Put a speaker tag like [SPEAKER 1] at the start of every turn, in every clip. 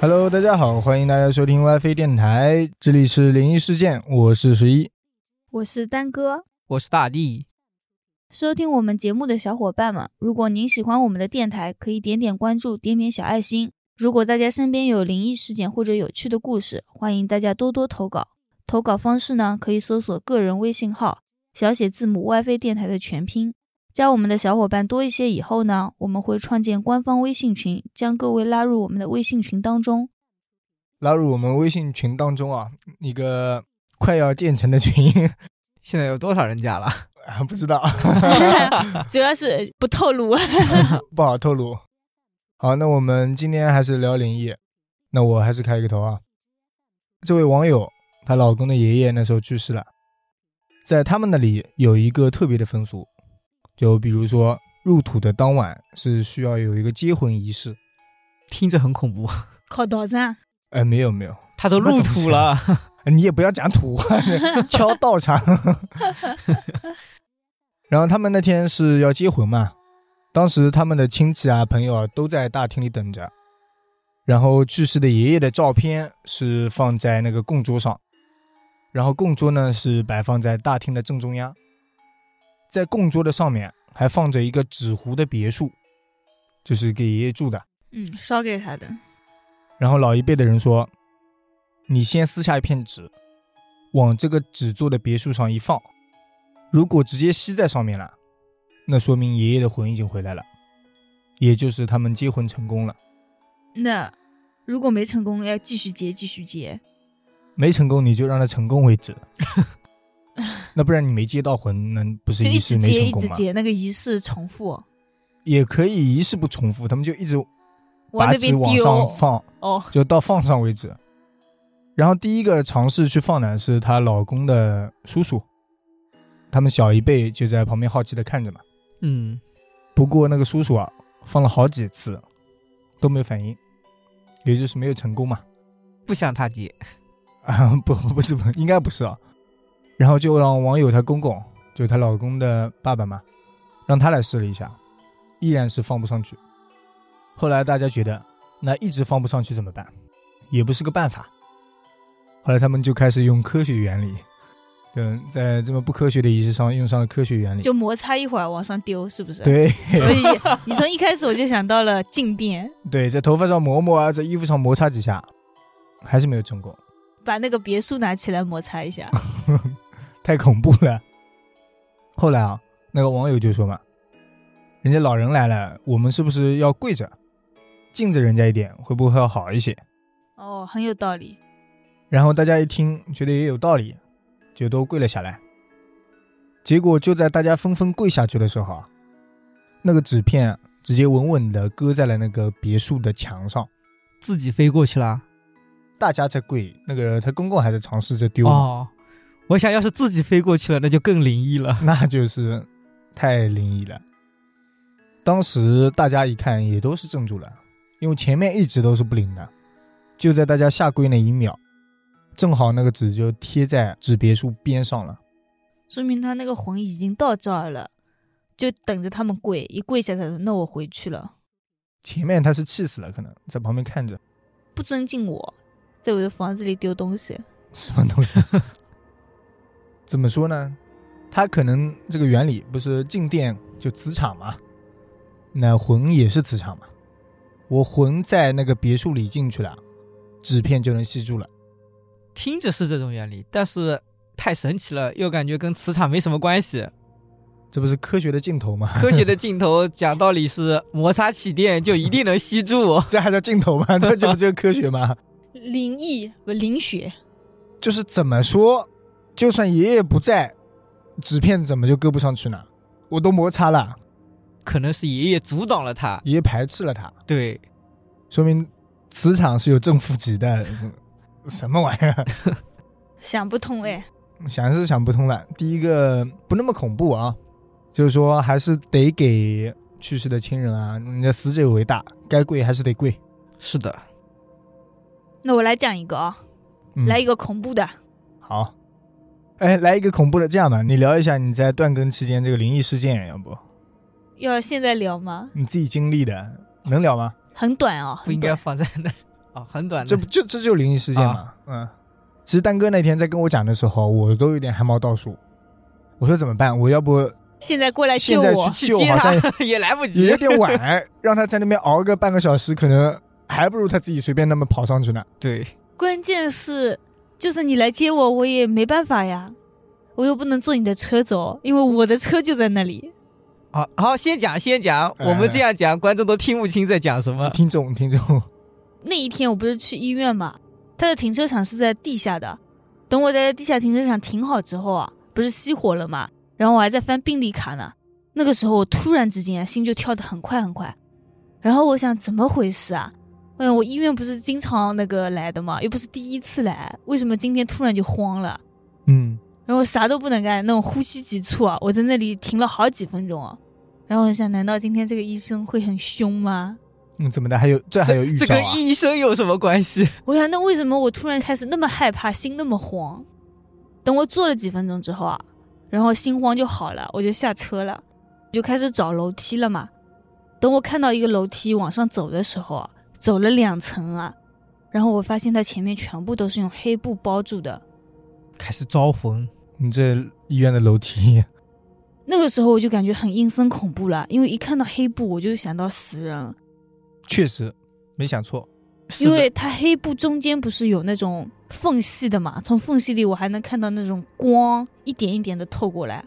[SPEAKER 1] Hello，大家好，欢迎大家收听 WiFi 电台，这里是灵异事件，我是十一。
[SPEAKER 2] 我是丹哥。
[SPEAKER 3] 我是大地，
[SPEAKER 2] 收听我们节目的小伙伴们，如果您喜欢我们的电台，可以点点关注，点点小爱心。如果大家身边有灵异事件或者有趣的故事，欢迎大家多多投稿。投稿方式呢，可以搜索个人微信号小写字母 WiFi 电台的全拼。加我们的小伙伴多一些以后呢，我们会创建官方微信群，将各位拉入我们的微信群当中。
[SPEAKER 1] 拉入我们微信群当中啊，一个快要建成的群，
[SPEAKER 3] 现在有多少人加了？
[SPEAKER 1] 啊不知道，
[SPEAKER 2] 主要是不透露。啊
[SPEAKER 1] 不好透露。好，那我们今天还是聊灵异，那我还是开一个头啊。这位网友，她老公的爷爷那时候去世了，在他们那里有一个特别的风俗，就比如说入土的当晚是需要有一个接魂仪式。
[SPEAKER 3] 听着很恐怖，
[SPEAKER 2] 考到噻，
[SPEAKER 1] 哎，没有没有，
[SPEAKER 3] 他都入土了，
[SPEAKER 1] 你也不要讲土话， 敲道场。 然后他们那天是要接魂嘛，当时他们的亲戚啊、朋友啊都在大厅里等着。然后去世的爷爷的照片是放在那个供桌上，然后供桌呢是摆放在大厅的正中央，在供桌的上面还放着一个纸糊的别墅，就是给爷爷住的。
[SPEAKER 2] 嗯，烧给他的。
[SPEAKER 1] 然后老一辈的人说：“你先撕下一片纸，往这个纸做的别墅上一放，如果直接吸在上面了，那说明爷爷的魂已经回来了，也就是他们接魂成功了。
[SPEAKER 2] 那如果没成功，要继续接，继续接。
[SPEAKER 1] 没成功你就让他成功为 止，那不然你没接到魂，那不是
[SPEAKER 2] 就一
[SPEAKER 1] 世
[SPEAKER 2] 直
[SPEAKER 1] 没
[SPEAKER 2] 接，一
[SPEAKER 1] 成功
[SPEAKER 2] 直
[SPEAKER 1] 吗？
[SPEAKER 2] 接，那个仪式重复。
[SPEAKER 1] 也可以一事不重复，他们就一直
[SPEAKER 2] 往
[SPEAKER 1] 把
[SPEAKER 2] 那
[SPEAKER 1] 纸
[SPEAKER 2] 边
[SPEAKER 1] 往
[SPEAKER 2] 丢
[SPEAKER 1] 上放，
[SPEAKER 2] 哦，
[SPEAKER 1] 就到放上为止。然后第一个尝试去放呢是她老公的叔叔，他们小一辈就在旁边好奇的看着嘛。
[SPEAKER 3] 嗯，
[SPEAKER 1] 不过那个叔叔啊，放了好几次都没有反应，也就是没有成功嘛。
[SPEAKER 3] 不想他接，
[SPEAKER 1] 啊， 不，不是，不，应该不是啊。然后就让网友她公公，就她老公的爸爸嘛，让他来试了一下，依然是放不上去。后来大家觉得，那一直放不上去怎么办？也不是个办法。后来他们就开始用科学原理，嗯，在这么不科学的仪式上用上了科学原理。
[SPEAKER 2] 就摩擦一会儿往上丢，是不是？。
[SPEAKER 1] 对
[SPEAKER 2] 所以你从一开始我就想到了静电，
[SPEAKER 1] 对，在头发上磨磨啊，在衣服上摩擦几下，还是没有成功。
[SPEAKER 2] 把那个别墅拿起来摩擦 一下。
[SPEAKER 1] 太恐怖了。后来啊，那个网友就说嘛，人家老人来了，我们是不是要跪着，敬着人家一点，会不会要好一些？
[SPEAKER 2] 哦，很有道理。
[SPEAKER 1] 然后大家一听，觉得也有道理，就都跪了下来。结果就在大家纷纷跪下去的时候啊，那个纸片直接稳稳的搁在了那个别墅的墙上。
[SPEAKER 3] 自己飞过去了。
[SPEAKER 1] 大家在跪，那个他公公还在尝试着丢嘛，
[SPEAKER 3] 哦，我想要是自己飞过去了，那就更灵异了。
[SPEAKER 1] 那就是太灵异了。当时大家一看也都是怔住了，因为前面一直都是不灵的。就在大家下跪那一秒，正好那个纸就贴在纸别墅边上了。
[SPEAKER 2] 说明他那个魂已经到这儿了，就等着他们跪，一跪下他说：“那我回去了，
[SPEAKER 1] 前面他是气死了，可能在旁边看着
[SPEAKER 2] 不尊敬我，在我的房子里丢东西。
[SPEAKER 1] 什么东西。怎么说呢？他可能这个原理不是静电就磁场嘛，那魂也是磁场嘛。我魂在那个别墅里进去了，纸片就能吸住了。
[SPEAKER 3] 听着是这种原理，但是太神奇了，又感觉跟磁场没什么关系。
[SPEAKER 1] 这不是科学的尽头吗？
[SPEAKER 3] 科学的尽头讲道理是摩擦起电就一定能吸住。
[SPEAKER 1] 这还叫尽头吗？ 这就不就是科学吗？”
[SPEAKER 2] 灵异不灵学，
[SPEAKER 1] 就是怎么说，就算爷爷不在，纸片怎么就搁不上去呢？我都摩擦了，
[SPEAKER 3] 可能是爷爷阻挡了他。
[SPEAKER 1] 爷爷排斥了它，
[SPEAKER 3] 对，
[SPEAKER 1] 说明磁场是有正负极的。 什么玩意儿？
[SPEAKER 2] 想不通哎。
[SPEAKER 1] 嗯想是想不通了。第一个不那么恐怖啊，就是说还是得给去世的亲人啊，人家死者为大，该跪还是得跪。
[SPEAKER 3] 是的，
[SPEAKER 2] 那我来讲一个啊、
[SPEAKER 1] 嗯、
[SPEAKER 2] 来一个恐怖的。
[SPEAKER 1] 好，哎，来一个恐怖的，这样吧，你聊一下你在断更期间这个灵异事件，要不
[SPEAKER 2] 要现在聊吗？
[SPEAKER 1] 你自己经历的，能聊吗？
[SPEAKER 2] 很短哦，
[SPEAKER 3] 不应该放在那。啊，很短的，
[SPEAKER 1] 这不就这就是灵异事件嘛？嗯，其实丹哥那天在跟我讲的时候，我都有点汗毛倒竖。我说怎么办？我要不
[SPEAKER 2] 现在过来
[SPEAKER 1] 现
[SPEAKER 2] 救
[SPEAKER 1] 在
[SPEAKER 2] 我，
[SPEAKER 1] 去
[SPEAKER 3] 去
[SPEAKER 1] 救，
[SPEAKER 3] 接
[SPEAKER 1] 好像
[SPEAKER 3] 他 也来不
[SPEAKER 1] 也
[SPEAKER 3] 及
[SPEAKER 1] 有。点 晚，让他在那边熬个半个小时，可能还不如他自己随便那么跑上去呢。
[SPEAKER 3] 对，
[SPEAKER 2] 关键是，就算你来接我，我也没办法呀，我又不能坐你的车走，因为我的车就在那里。
[SPEAKER 3] 好好，先讲先讲，我们这样讲，观众都听不清在讲什 么。
[SPEAKER 1] 听众，听众，
[SPEAKER 2] 那一天我不是去医院嘛，他的停车场是在地下的。等我在地下停车场停好之后啊，不是熄火了嘛，然后我还在翻病历卡呢。那个时候我突然之间啊，心就跳得很快很快，然后我想怎么回事啊？嗯，我医院不是经常那个来的嘛，又不是第一次来，为什么今天突然就慌了？
[SPEAKER 1] 嗯，
[SPEAKER 2] 然后啥都不能干，那种呼吸急促啊，我在那里停了好几分钟啊。然后我想，难道今天这个医生会很凶吗？
[SPEAKER 1] 嗯，怎么的？还有这还有预
[SPEAKER 3] 这
[SPEAKER 1] 兆
[SPEAKER 3] 跟
[SPEAKER 1] 啊？
[SPEAKER 3] 医生有什么关系？
[SPEAKER 2] 我想，那为什么我突然开始那么害怕，心那么慌？等我坐了几分钟之后啊，然后心慌就好了，我就下车了，就开始找楼梯了嘛。等我看到一个楼梯往上走的时候啊，走了两层啊，然后我发现它前面全部都是用黑布包住的。
[SPEAKER 3] 开始招魂，
[SPEAKER 1] 你这医院的楼梯，
[SPEAKER 2] 那个时候我就感觉很阴森恐怖了，因为一看到黑布我就想到死人，
[SPEAKER 1] 确实没想错。
[SPEAKER 3] 是
[SPEAKER 2] 因
[SPEAKER 3] 的
[SPEAKER 2] 为它黑布中间不是有那种缝隙的嘛，从缝隙里我还能看到那种光一点一点的透过来。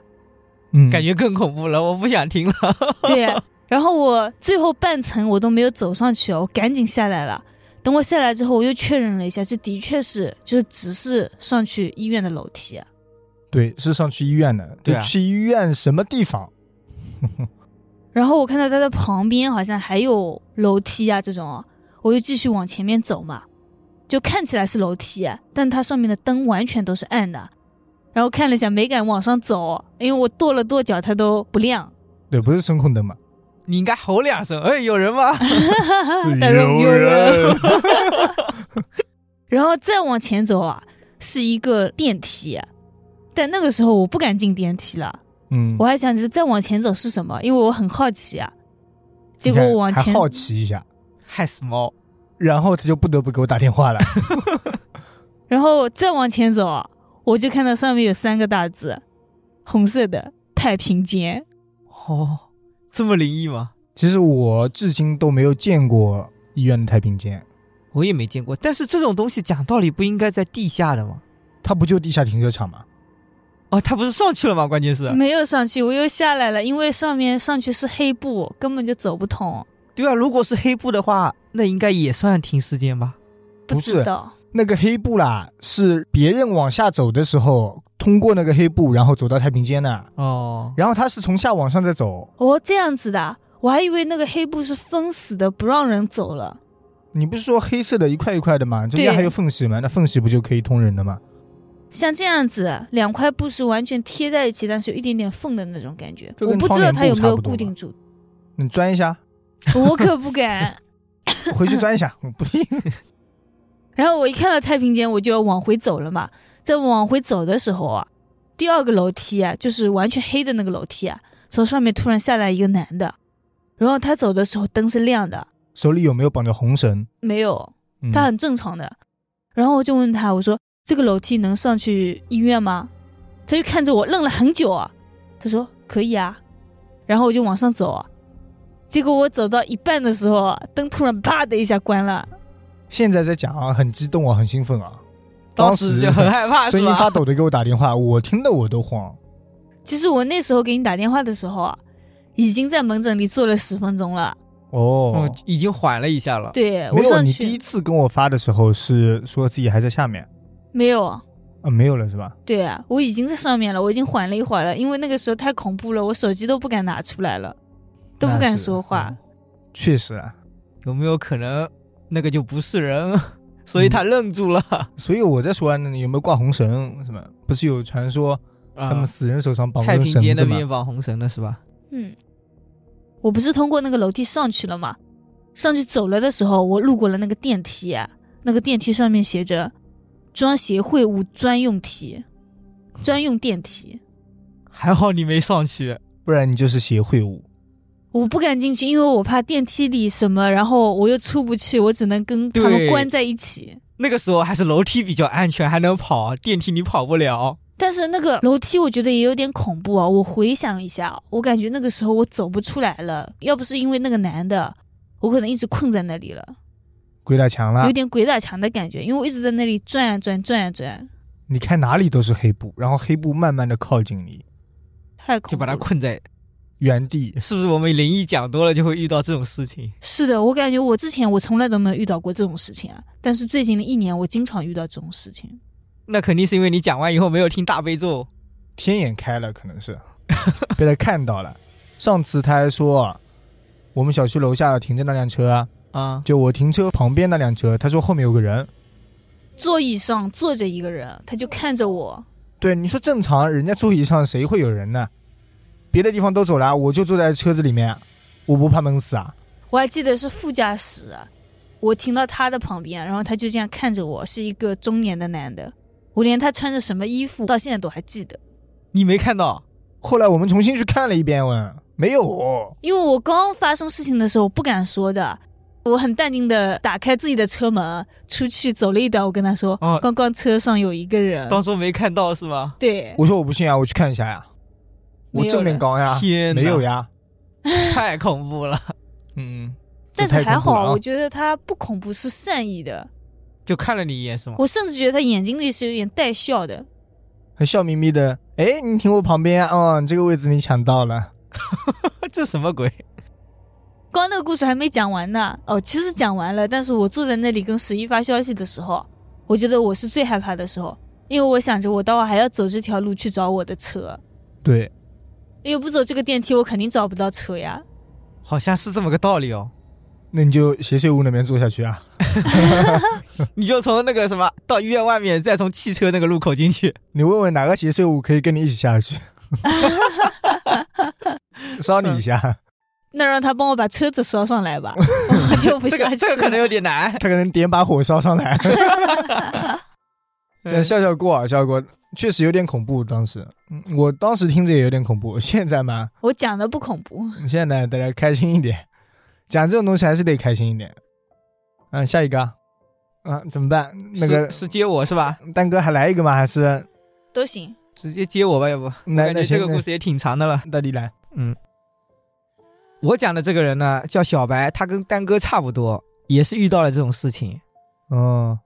[SPEAKER 1] 嗯，
[SPEAKER 3] 感觉更恐怖了，我不想听了。
[SPEAKER 2] 对，然后我最后半层我都没有走上去哦，我赶紧下来了。等我下来之后，我又确认了一下，这的确是就是只是上去医院的楼梯。啊
[SPEAKER 1] 对，是上去医院的，
[SPEAKER 3] 对啊
[SPEAKER 1] 就去医院什么地方？
[SPEAKER 2] 然后我看到它的旁边好像还有楼梯啊这种哦，我就继续往前面走嘛，就看起来是楼梯，啊但它上面的灯完全都是暗的。然后看了一下，没敢往上走，因为我跺了跺脚，它都不亮。
[SPEAKER 1] 对，不是声控灯嘛？
[SPEAKER 3] 你应该吼两声，哎，有人 吗？
[SPEAKER 2] 但是有人。， 然后再往前走啊，是一个电梯，但那个时候我不敢进电梯了，
[SPEAKER 1] 嗯，
[SPEAKER 2] 我还想着再往前走是什么，因为我很好奇啊。结果
[SPEAKER 1] 你看
[SPEAKER 2] 我往
[SPEAKER 1] 还
[SPEAKER 2] 前
[SPEAKER 1] 好奇一下，
[SPEAKER 3] 害死猫！
[SPEAKER 1] 然后他就不得不给我打电 话了。
[SPEAKER 2] 然后再往前走啊，我就看到上面有三个大字，红色的“太平间
[SPEAKER 3] 哦，这么灵异吗？
[SPEAKER 1] 其实我至今都没有见过医院的太平间，
[SPEAKER 3] 我也没见过，但是这种东西讲道理不应该在地下的吗？
[SPEAKER 1] 它不就地下停车场吗？
[SPEAKER 3] 哦，他不是上去了吗？关键”，是，
[SPEAKER 2] 没有上去，我又下来了，因为上面上去是黑布，根本就走不通。
[SPEAKER 3] 对啊，如果是黑布的话，那应该也算停尸间吧？
[SPEAKER 1] 不是
[SPEAKER 2] 知道，
[SPEAKER 1] 那个黑布啦，是别人往下走的时候，通过那个黑布，然后走到太平间的。
[SPEAKER 3] 哦，
[SPEAKER 1] 然后他是从下往上再走，
[SPEAKER 2] 哦，这样子的啊，我还以为那个黑布是封死的，不让人走了。
[SPEAKER 1] 你不是说黑色的一块一块的吗？中间
[SPEAKER 2] 对
[SPEAKER 1] 还有缝隙吗？那缝隙不就可以通人的吗？
[SPEAKER 2] 像这样子，两块布是完全贴在一起，但是有一点点缝的那种感觉。
[SPEAKER 1] 就
[SPEAKER 2] 我
[SPEAKER 1] 跟
[SPEAKER 2] 不
[SPEAKER 1] 窗
[SPEAKER 2] 知道
[SPEAKER 1] 帘
[SPEAKER 2] 它
[SPEAKER 1] 布
[SPEAKER 2] 有
[SPEAKER 1] 差
[SPEAKER 2] 没有
[SPEAKER 1] 不多
[SPEAKER 2] 固
[SPEAKER 1] 吧
[SPEAKER 2] 定住，
[SPEAKER 1] 你钻一下，
[SPEAKER 2] 我可不 敢。
[SPEAKER 1] 回去钻一下，不信。
[SPEAKER 2] 然后我一看到太平间，我就要往回走了嘛。在往回走的时候啊，第二个楼梯啊，就是完全黑的那个楼梯啊，从上面突然下来一个男的，然后他走的时候灯是亮的，
[SPEAKER 1] 手里有没有绑着红绳？
[SPEAKER 2] 没有，
[SPEAKER 1] 嗯、
[SPEAKER 2] 他很正常的。然后我就问他，我说这个楼梯能上去医院吗？他就看着我愣了很久啊，他说可以啊，然后我就往上走啊。结果我走到一半的时候啊，灯突然啪的一下关了，
[SPEAKER 1] 现在在讲啊，很激动啊，很兴奋啊，
[SPEAKER 3] 当
[SPEAKER 1] 当
[SPEAKER 3] 时
[SPEAKER 1] 时
[SPEAKER 3] 就很 害怕，是
[SPEAKER 1] 声音
[SPEAKER 3] 吧
[SPEAKER 1] 发？抖的给我打电话，我听得我都慌。
[SPEAKER 2] 其实我那时候给你打电话的时候啊，已经在门诊里坐了十分钟了。
[SPEAKER 1] 哦
[SPEAKER 3] 哦，，已经缓了一下了。
[SPEAKER 2] 对
[SPEAKER 1] 没
[SPEAKER 2] 我
[SPEAKER 1] 有，
[SPEAKER 2] 上
[SPEAKER 1] 你第一
[SPEAKER 2] 去
[SPEAKER 1] 次跟我发的时候是说自己还在下面
[SPEAKER 2] 没有，
[SPEAKER 1] 啊，没有了是吧？
[SPEAKER 2] 对啊，我已经在上面了，我已经缓了一会儿了，因为那个时候太恐怖了，我手机都不敢拿出来了，都不
[SPEAKER 1] 那
[SPEAKER 2] 敢
[SPEAKER 1] 是
[SPEAKER 2] 说话
[SPEAKER 1] 嗯。确实啊，
[SPEAKER 3] 有没有可能那个就不是人， 所以他愣住了？
[SPEAKER 1] 所以我在说呢，有没有挂红绳？什么？不是有传说他们
[SPEAKER 3] 啊
[SPEAKER 1] 死人手上绑
[SPEAKER 3] 太
[SPEAKER 1] 着
[SPEAKER 3] 平
[SPEAKER 1] 绳
[SPEAKER 3] 间
[SPEAKER 1] 子
[SPEAKER 3] 那
[SPEAKER 1] 吗？
[SPEAKER 3] 边绑红绳的是吧？
[SPEAKER 2] 嗯，我不是通过那个楼梯上去了吗？上去走了的时候，我路过了那个电梯啊，那个电梯上面写着“装协会无专用梯”，专用电梯。
[SPEAKER 3] 还好你没上去，
[SPEAKER 1] 不然你就是协会舞。
[SPEAKER 2] 我不敢进去，因为我怕电梯里什么，然后我又出不去，我只能跟他们
[SPEAKER 3] 对
[SPEAKER 2] 关在一起。
[SPEAKER 3] 那个时候还是楼梯比较安全，还能跑，电梯你跑不了。
[SPEAKER 2] 但是那个楼梯我觉得也有点恐怖啊！我回想一下，我感觉那个时候我走不出来了，要不是因为那个男的，我可能一直困在那里了，
[SPEAKER 1] 鬼打墙
[SPEAKER 3] 啊
[SPEAKER 1] 了
[SPEAKER 2] 有。点鬼打墙的感觉，因为我一直在那里转呀、转，转呀、转，
[SPEAKER 1] 你看哪里都是黑布，然后黑布慢慢的靠近你，
[SPEAKER 2] 太恐怖
[SPEAKER 3] 就把他
[SPEAKER 2] 了
[SPEAKER 3] 困在，
[SPEAKER 1] 原地
[SPEAKER 3] 是不是我们灵异讲多了就会遇到这种事情？
[SPEAKER 2] 是的，我感觉我之前我从来都没有遇到过这种事情啊，但是最近的一年我经常遇到这种事情。
[SPEAKER 3] 那肯定是因为你讲完以后没有听大悲咒，
[SPEAKER 1] 天眼开了，可能是 被他看到了。上次他还说，我们小区楼下停着那辆车啊，
[SPEAKER 3] 啊、
[SPEAKER 1] 就我停车旁边那辆车，他说后面有个人。
[SPEAKER 2] 座椅上坐着一个人，他就看着我，
[SPEAKER 1] 对，你说正常，人家座椅上谁会有人呢？别的地方都走了，我就坐在车子里面，我不怕闷死啊？
[SPEAKER 2] 我还记得是副驾驶，啊我停到他的旁边，然后他就这样看着我，是一个中年的男的，我连他穿着什么衣服到现在都还记得，
[SPEAKER 3] 你没看到？
[SPEAKER 1] 后来我们重新去看了一遍，问没有，
[SPEAKER 2] 因为我刚发生事情的时候我不敢说的。我很淡定的打开自己的车门，出去走了一段，我跟他说：“
[SPEAKER 3] 哦
[SPEAKER 2] 刚刚车上有一个人。
[SPEAKER 3] 当初没看到是吗”？
[SPEAKER 2] 对，
[SPEAKER 1] 我说我不信啊，我去看一下呀，我
[SPEAKER 2] 没有
[SPEAKER 1] 正面
[SPEAKER 2] 人
[SPEAKER 1] 刚呀，
[SPEAKER 3] 天哪
[SPEAKER 1] 没有呀，
[SPEAKER 3] 太恐怖了！
[SPEAKER 1] 嗯，
[SPEAKER 2] 但是
[SPEAKER 1] 这太
[SPEAKER 2] 还
[SPEAKER 1] 恐怖了啊
[SPEAKER 2] 好，我觉得他不恐怖是善意的，
[SPEAKER 3] 就看了你一眼是吗？
[SPEAKER 2] 我甚至觉得他眼睛里是有点带笑的。
[SPEAKER 1] 还笑眯眯的，哎，你停我旁边啊，哦，你这个位置你抢到了，
[SPEAKER 3] 这什么鬼？
[SPEAKER 2] 刚刚那个故事还没讲完呢，哦，其实讲完了，但是我坐在那里跟十一发消息的时候，我觉得我是最害怕的时候，因为我想着我待会还要走这条路去找我的车，
[SPEAKER 1] 对，
[SPEAKER 2] 因为不走这个电梯，我肯定找不到车呀。
[SPEAKER 3] 好像是这么个道理哦。
[SPEAKER 1] 那你就斜水屋那边坐下去啊，
[SPEAKER 3] 你就从那个什么到医院外面，再从汽车那个路口 进去。
[SPEAKER 1] 你问问哪个斜水屋可以跟你一起下去，捎你一下，
[SPEAKER 2] 嗯那让他帮我把车子捎上来 吧，我就不
[SPEAKER 3] 这
[SPEAKER 2] 下
[SPEAKER 3] 个
[SPEAKER 2] 去了。
[SPEAKER 3] 这个可能有 点难。
[SPEAKER 1] 他可能点把火烧上 来。
[SPEAKER 3] 嗯
[SPEAKER 1] 但笑笑过啊，笑笑过，确实有点恐怖。当时，嗯我当时听着也有点恐怖。现在嘛，
[SPEAKER 2] 我讲的不恐怖，
[SPEAKER 1] 现在大家开心一点，讲这种东西还是得开心一点。嗯，下一个啊，啊，怎么办？那个
[SPEAKER 3] 是是接我是吧？
[SPEAKER 1] 蛋哥还来一个吗？还是
[SPEAKER 2] 都行。
[SPEAKER 3] 直接接我吧，要不？我
[SPEAKER 1] 那
[SPEAKER 3] 感
[SPEAKER 1] 那
[SPEAKER 3] 觉这
[SPEAKER 1] 行，
[SPEAKER 3] 个故事也挺长的了。
[SPEAKER 1] 那大力来，
[SPEAKER 3] 嗯，我讲的这个人呢叫小白，他跟丹哥差不多，也是遇到了这种事情。
[SPEAKER 1] 嗯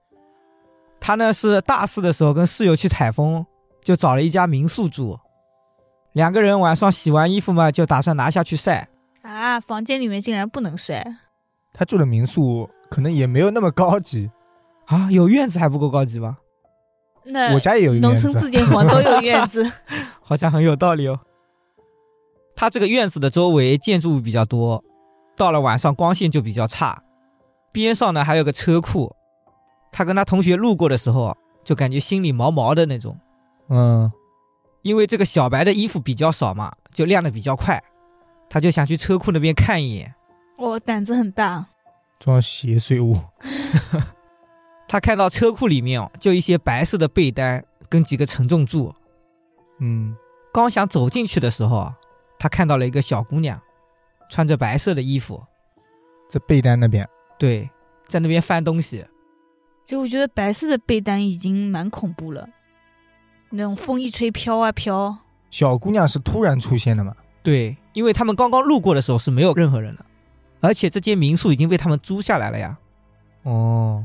[SPEAKER 3] 他呢是大四的时候跟室友去采风，就找了一家民宿住。两个人晚上洗完衣服嘛，就打算拿下去晒。
[SPEAKER 2] 啊，房间里面竟然不能晒，
[SPEAKER 1] 他住的民宿可能也没有那么高级，
[SPEAKER 3] 啊，有院子还不够高级吗？
[SPEAKER 2] 那
[SPEAKER 1] 我家也有一个
[SPEAKER 2] 呃农
[SPEAKER 1] 院
[SPEAKER 2] 村
[SPEAKER 1] 子，
[SPEAKER 2] 自建房都 有院子，
[SPEAKER 3] 好像很有道理哦。他这个院子的周围建筑物比较多，到了晚上光线就比较差，边上呢还有个车库。他跟他同学路过的时候，就感觉心里毛毛的那种，
[SPEAKER 1] 嗯，
[SPEAKER 3] 因为这个小白的衣服比较少嘛，就晾的比较快，他就想去车库那边看一眼。
[SPEAKER 2] 我、胆子很大。
[SPEAKER 1] 装邪祟屋，
[SPEAKER 3] 他看到车库里面哦，就一些白色的被单跟几个承重柱。
[SPEAKER 1] 嗯，
[SPEAKER 3] 刚想走进去的时候啊，他看到了一个小姑娘，穿着白色的衣服，
[SPEAKER 1] 在被单那边，
[SPEAKER 3] 对，在那边翻东西。
[SPEAKER 2] 就我觉得白色的被单已经蛮恐怖了，那种风一吹飘啊飘，
[SPEAKER 1] 小姑娘是突然出现的嘛？
[SPEAKER 3] 对，因为他们刚刚路过的时候是没有任何人的，而且这间民宿已经被他们租下来了呀。
[SPEAKER 1] 哦，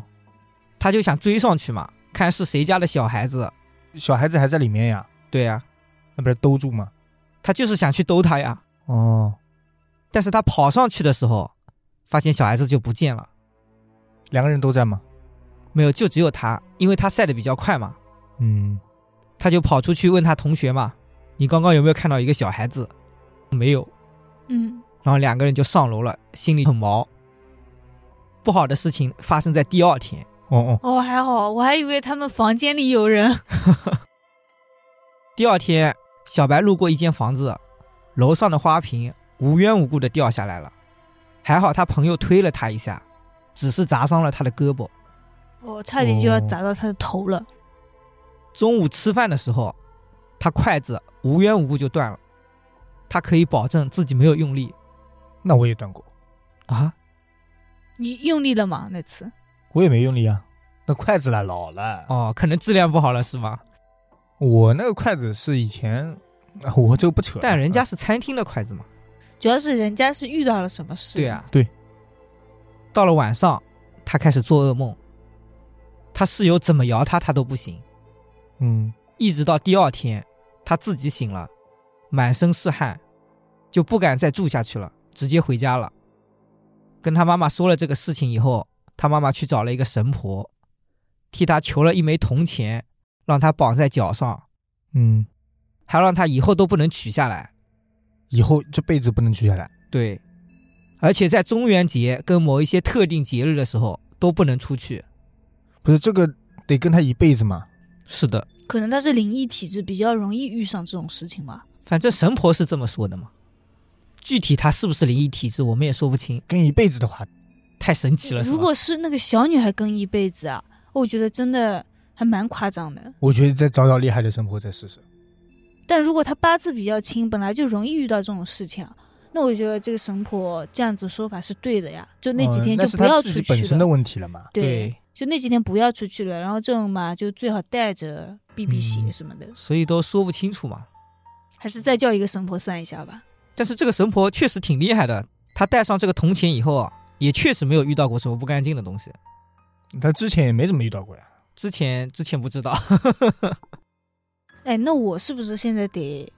[SPEAKER 3] 他就想追上去嘛，看是谁家的小孩子。
[SPEAKER 1] 小孩子还在里面呀，
[SPEAKER 3] 对呀、
[SPEAKER 1] 那不是兜住吗？
[SPEAKER 3] 他就是想去兜他呀。
[SPEAKER 1] 哦，
[SPEAKER 3] 但是他跑上去的时候，发现小孩子就不见了，
[SPEAKER 1] 两个人都在吗？
[SPEAKER 3] 没有，就只有他，因为他晒得比较快嘛。
[SPEAKER 1] 嗯，
[SPEAKER 3] 他就跑出去问他同学嘛：“你刚刚有没有看到一个小孩子？”没有。
[SPEAKER 2] 嗯，
[SPEAKER 3] 然后两个人就上楼了，心里很毛。不好的事情发生在第二天，
[SPEAKER 1] 哦哦，
[SPEAKER 2] 哦还好，我还以为他们房间里有人，
[SPEAKER 3] 第二天，小白路过一间房子，楼上的花瓶无缘无故的掉下来了，还好他朋友推了他一下，只是砸伤了他的胳膊。
[SPEAKER 2] 我、差点就
[SPEAKER 3] 哦
[SPEAKER 2] 要砸到他的头了。
[SPEAKER 3] 中午吃饭的时候，他筷子无缘无故就断了，他可以保证自己没有用力，
[SPEAKER 1] 那我也断过，
[SPEAKER 3] 啊，
[SPEAKER 2] 你用力了吗？那次
[SPEAKER 1] 我也没用力啊。那筷子啦，老了。
[SPEAKER 3] 哦，可能质量不好了是吗？
[SPEAKER 1] 我那个筷子是以前， 啊我这个不扯。
[SPEAKER 3] 但人家是餐厅的筷子嘛。
[SPEAKER 2] 主要是人家是遇到了什么事？
[SPEAKER 3] 对啊，
[SPEAKER 1] 对。
[SPEAKER 3] 到了晚上，他开始做噩梦，他室友怎么摇他他都不醒，
[SPEAKER 1] 嗯，
[SPEAKER 3] 一直到第二天，他自己醒了，满身是汗，就不敢再住下去了，直接回家了。跟他妈妈说了这个事情以后，他妈妈去找了一个神婆，替他求了一枚铜钱，让他绑在脚上，
[SPEAKER 1] 嗯，
[SPEAKER 3] 还让他以后都不能取下来。
[SPEAKER 1] 以后这辈子不能取下来。
[SPEAKER 3] 对，而且在中元节跟某一些特定节日的时候都不能出去。
[SPEAKER 1] 不是这个得跟他一辈子嘛？
[SPEAKER 3] 是的，
[SPEAKER 2] 可能他是灵异体质，比较容易遇上这种事情吧。
[SPEAKER 3] 反正神婆是这么说的嘛。具体她是不是灵异体质，我们也说不清，
[SPEAKER 1] 跟一辈子的话，
[SPEAKER 3] 太神奇了。是吧
[SPEAKER 2] 如果是那个小女孩跟一辈子啊，我觉得真的还蛮夸张的。
[SPEAKER 1] 我觉得再找找厉害的神婆再试试。
[SPEAKER 2] 但如果她八字比较轻，本来就容易遇到这种事情啊，那我觉得这个神婆这样子说法是对的呀。就那几天
[SPEAKER 1] 嗯那
[SPEAKER 2] 就是不要
[SPEAKER 1] 他
[SPEAKER 2] 出
[SPEAKER 1] 自
[SPEAKER 2] 去
[SPEAKER 1] 己
[SPEAKER 2] 了。
[SPEAKER 1] 本身的问题了嘛？
[SPEAKER 2] 对
[SPEAKER 3] 对，
[SPEAKER 2] 就那几天不要出去了，然后这种嘛就最好带着避避邪什么的，
[SPEAKER 1] 嗯
[SPEAKER 3] 所以都说不清楚嘛。
[SPEAKER 2] 还是再叫一个神婆算一下吧。
[SPEAKER 3] 但是这个神婆确实挺厉害的，她带上这个铜钱以后啊，也确实没有遇到过什么不干净的东西。
[SPEAKER 1] 他之前也没怎么遇到过呀。
[SPEAKER 3] 之前之前不 知道，
[SPEAKER 2] 哎，那我是不是现在得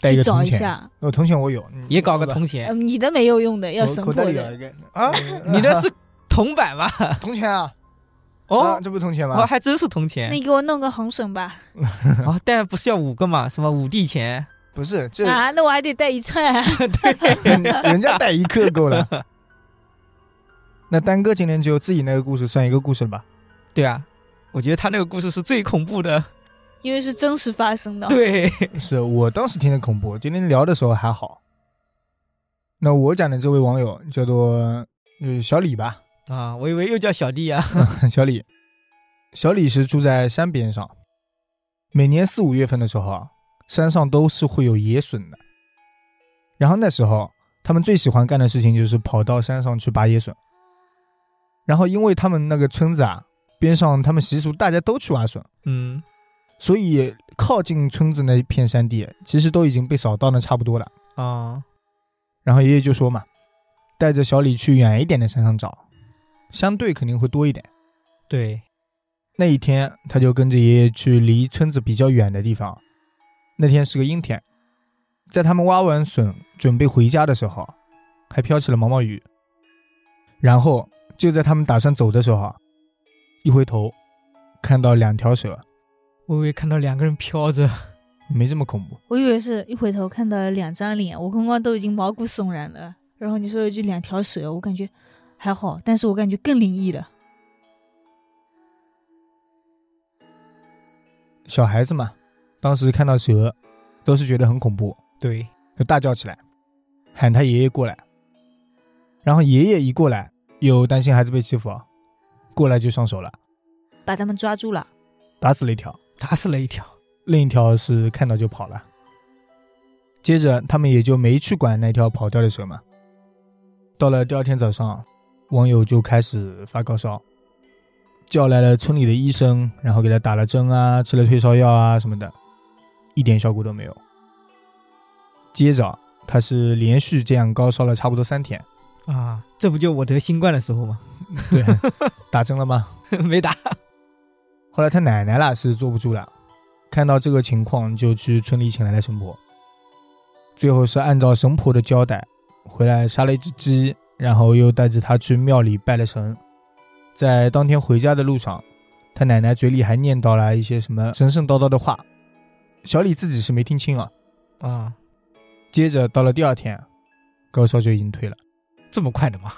[SPEAKER 1] 带一
[SPEAKER 2] 去
[SPEAKER 1] 个
[SPEAKER 2] 找
[SPEAKER 1] 铜
[SPEAKER 2] 一
[SPEAKER 1] 钱，
[SPEAKER 2] 下？
[SPEAKER 1] 我铜钱我有，你
[SPEAKER 3] 也搞个
[SPEAKER 1] 吧
[SPEAKER 3] 铜
[SPEAKER 2] 呃
[SPEAKER 3] 钱。，
[SPEAKER 2] 你的没有用的，要
[SPEAKER 1] 我
[SPEAKER 2] 神
[SPEAKER 1] 口
[SPEAKER 2] 婆
[SPEAKER 1] 袋里有
[SPEAKER 2] 的嗯
[SPEAKER 1] 一。个啊
[SPEAKER 3] 你的是铜 板吧？
[SPEAKER 1] 铜钱啊？啊
[SPEAKER 3] 哦，
[SPEAKER 1] 这不是铜钱
[SPEAKER 3] 哦，
[SPEAKER 1] 吗？
[SPEAKER 3] 还真是铜
[SPEAKER 2] 那
[SPEAKER 3] 钱
[SPEAKER 2] 你给我弄个红绳吧！
[SPEAKER 3] 哦，但不是要五个嘛？什么五帝钱？
[SPEAKER 1] 不是，这
[SPEAKER 2] 啊，那我还得带一串、啊
[SPEAKER 1] 人人家带一克够了。 那丹哥今天就自己那个故事算一个故事了吧？
[SPEAKER 3] 对啊，我觉得他那个故事是最恐 怖的。
[SPEAKER 2] 因为是真实发生的。，
[SPEAKER 3] 对，
[SPEAKER 1] 是我当时听的恐怖，今天聊的时候还好。那我讲的这位网友叫做呃小李吧，
[SPEAKER 3] 啊，我以为又叫小弟啊。
[SPEAKER 1] 小李，小李是住在山边上，每年四五月份的时候啊，山上都是会有野笋的。然后那时候他们最喜欢干的事情就是跑到山上去拔野笋。然后因为他们那个村子啊，边上他们习俗大家都去挖笋，
[SPEAKER 3] 嗯，
[SPEAKER 1] 所以靠近村子那一片山地其实都已经被扫荡的差不多了。
[SPEAKER 3] 啊，
[SPEAKER 1] 然后爷爷就说嘛，带着小李去远一点的山上找，相对肯定会多一点。
[SPEAKER 3] 对，
[SPEAKER 1] 那一天，他就跟着爷爷去离村子比较远的地方。那天是个阴天，在他们挖完笋准备回家的时候，还飘起了毛毛雨。然后就在他们打算走的时候，一回头，看到两条蛇，
[SPEAKER 3] 我以为看到两个人飘着。
[SPEAKER 1] 没这么恐怖。
[SPEAKER 2] 我以为是一回头看到了两张脸，我刚刚都已经毛骨悚然了。然后你说了一句两条蛇，我感觉还好，但是我感觉更灵异了。
[SPEAKER 1] 小孩子嘛，当时看到蛇，都是觉得很恐怖，
[SPEAKER 3] 对，
[SPEAKER 1] 就大叫起来，喊他爷爷过来。然后爷爷一过来，又担心孩子被欺负啊，过来就上手了，
[SPEAKER 2] 把他们抓住了，
[SPEAKER 1] 打死了一条。
[SPEAKER 3] 打死了一条。
[SPEAKER 1] 另一条是看到就跑了。接着他们也就没去管那条跑掉的蛇嘛。到了第二天早上，网友就开始发高烧，叫来了村里的医生，然后给他打了针啊，吃了退烧药啊什么的，一点效果都没有。接着啊他是连续这样高烧了差不多三天。
[SPEAKER 3] 啊，这不就我得新冠的时候吗？
[SPEAKER 1] 对， 打针了吗？
[SPEAKER 3] 没打。
[SPEAKER 1] 后来他奶奶啦是坐不住了，看到这个情况就去村里请来了神婆。最后是按照神婆的交代，回来杀了一只鸡，然后又带着他去庙里拜了神。在当天回家的路上，他奶奶嘴里还念叨了一些什么神神叨叨的话，小李自己是没听清啊。
[SPEAKER 3] 啊，
[SPEAKER 1] 接着到了第二天，高烧就已经退了，
[SPEAKER 3] 这么快的吗？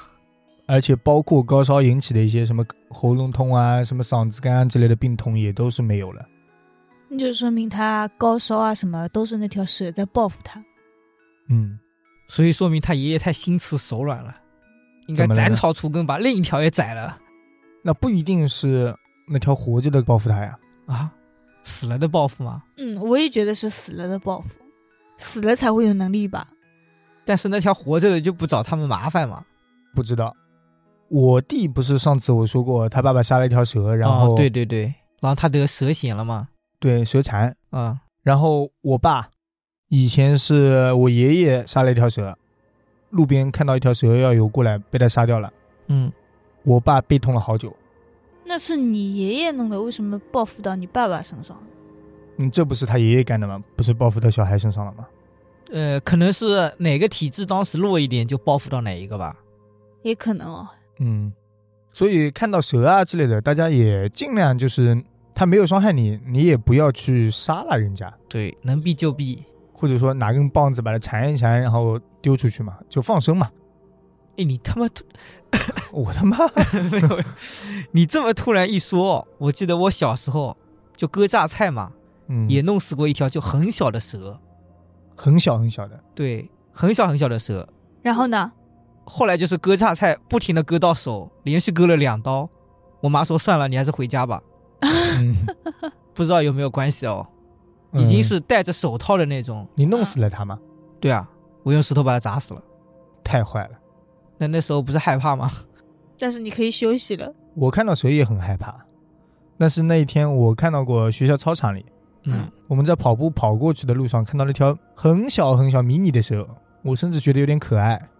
[SPEAKER 1] 而且包括高烧引起的一些什么喉咙痛啊、什么嗓子干啊之类的病痛也都是没有了。
[SPEAKER 2] 那就说明他高烧啊什么都是那条蛇在报复他。
[SPEAKER 1] 嗯，
[SPEAKER 3] 所以说明他爷爷太心慈手软了，应该
[SPEAKER 1] 怎么了呢
[SPEAKER 3] 斩草除根，把另一条也宰了
[SPEAKER 1] 那不一定是那条活着的报复他呀。
[SPEAKER 3] 啊！死了的报复吗？
[SPEAKER 2] 嗯，我也觉得是死了的报复，死了才会有能力吧。
[SPEAKER 3] 但是那条活着的就不找他们麻烦嘛。
[SPEAKER 1] 不知道。我弟不是上次我说过，他爸爸杀了一条蛇，然后、
[SPEAKER 3] 哦对对对，然后他得蛇癣了嘛。
[SPEAKER 1] 对蛇缠，
[SPEAKER 3] 啊、
[SPEAKER 1] 然后我爸以前是我爷爷杀了一条蛇，路边看到一条蛇要游过来，被他杀掉了。
[SPEAKER 3] 嗯，
[SPEAKER 1] 我爸悲痛了好久。
[SPEAKER 2] 那是你爷爷弄的，为什么报复到你爸爸身上？
[SPEAKER 1] 嗯，这不是他爷爷干的吗？不是报复到小孩身上了吗？
[SPEAKER 3] 呃，可能是哪个体质当时弱一点，就报复到哪一个吧。
[SPEAKER 2] 也可能哦。
[SPEAKER 1] 嗯，所以看到蛇啊之类的，大家也尽量就是他没有伤害你，你也不要去杀了人家，
[SPEAKER 3] 对，能避就避。
[SPEAKER 1] 或者说拿根棒子把它缠一缠，然后丢出去嘛，就放生嘛。
[SPEAKER 3] 哎，你他妈突
[SPEAKER 1] 我他妈
[SPEAKER 3] 没有，你这么突然一说，我记得我小时候就割榨菜嘛，
[SPEAKER 1] 嗯
[SPEAKER 3] 也弄死过一条就很小的蛇，
[SPEAKER 1] 很小很小的，
[SPEAKER 3] 对，很小很小的蛇。
[SPEAKER 2] 然后呢？
[SPEAKER 3] 后来就是割榨菜，不停的割到手，连续割了两刀。我妈说算了，你还是回家吧，
[SPEAKER 1] 嗯，
[SPEAKER 3] 不知道有没有关系哦。
[SPEAKER 1] 嗯
[SPEAKER 3] 已经是戴着手套的那种。
[SPEAKER 1] 你弄死了他吗？
[SPEAKER 3] 对啊，我用石头把它砸死了。
[SPEAKER 1] 太坏了！
[SPEAKER 3] 那那时候不是害怕吗？
[SPEAKER 2] 但是你可以休息了。
[SPEAKER 1] 我看到蛇也很害怕，但是那一天我看到过学校操场里，
[SPEAKER 3] 嗯，
[SPEAKER 1] 我们在跑步跑过去的路上看到了一条很小很小迷你的蛇，我甚至觉得有点可爱，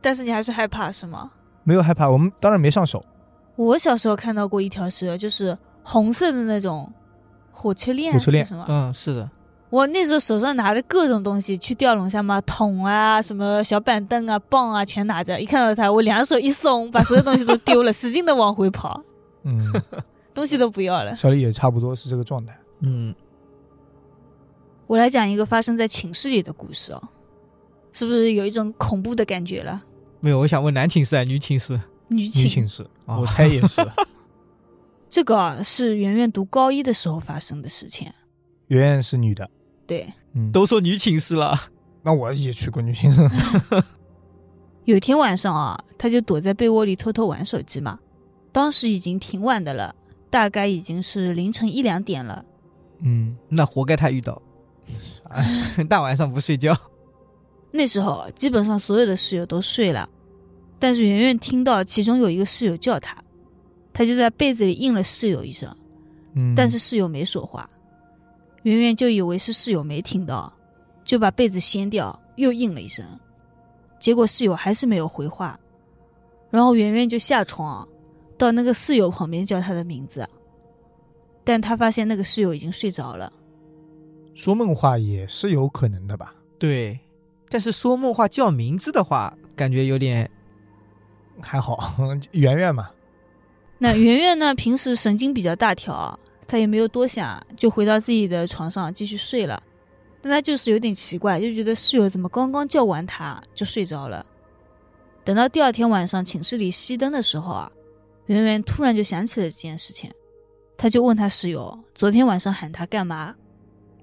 [SPEAKER 2] 但是你还是害怕是吗？
[SPEAKER 1] 没有害怕。我们当然没上手，
[SPEAKER 2] 我小时候看到过一条蛇，就是红色的那种火车链，
[SPEAKER 1] 火车链
[SPEAKER 2] 叫什么？
[SPEAKER 3] 嗯，是的，
[SPEAKER 2] 我那时候手上拿着各种东西去钓龙虾嘛，桶啊、什么小板凳啊、棒啊，全拿着。一看到它，我两手一松，把所有东西都 丢了，使劲的往回跑，
[SPEAKER 1] 嗯，
[SPEAKER 2] 东西都不要了。
[SPEAKER 1] 小李也差不多是这个状 态。
[SPEAKER 3] 嗯，
[SPEAKER 2] 我来讲一个发生在寝室里的故事哦，是不是有一种恐怖的感觉了？
[SPEAKER 3] 没有，我想问男寝室还是女寝室？
[SPEAKER 2] 女
[SPEAKER 1] 女
[SPEAKER 2] 寝
[SPEAKER 1] 寝室，
[SPEAKER 3] 哦
[SPEAKER 1] 我猜也 是。
[SPEAKER 2] 这个啊是圆圆读高一的时候发生的事情。
[SPEAKER 1] 圆圆是女的，
[SPEAKER 2] 对，
[SPEAKER 1] 嗯，
[SPEAKER 3] 都说女寝室了，
[SPEAKER 1] 那我也去过女寝室，
[SPEAKER 2] 有一天晚上啊，他就躲在被窝里偷偷玩手机嘛。当时已经挺晚的了，大概已经是凌晨一两点了。
[SPEAKER 1] 嗯，
[SPEAKER 3] 那活该他遇到。哎 大晚上不睡觉，
[SPEAKER 2] 那时候啊基本上所有的室友都睡了，但是圆圆听到其中有一个室友叫她，她就在被子里应了室友一声，
[SPEAKER 1] 嗯，
[SPEAKER 2] 但是室友没说话。圆圆就以为是室友没听到，就把被子掀掉，又应了一声，结果室友还是没有回话。然后圆圆就下床，到那个室友旁边叫他的名字，但他发现那个室友已经睡着了。
[SPEAKER 1] 说梦话也是有可能的吧？
[SPEAKER 3] 对。但是说梦话叫名字的话，感觉有点
[SPEAKER 1] 还好， 圆圆嘛，
[SPEAKER 2] 那圆圆呢，平时神经比较大条啊，她也没有多想，就回到自己的床上继续睡了。但她就是有点奇怪，就觉得室友怎么刚刚叫完她就睡着了。等到第二天晚上寝室里熄灯的时候啊，圆圆突然就想起了这件事情，她就问她室友昨天晚上喊她干嘛，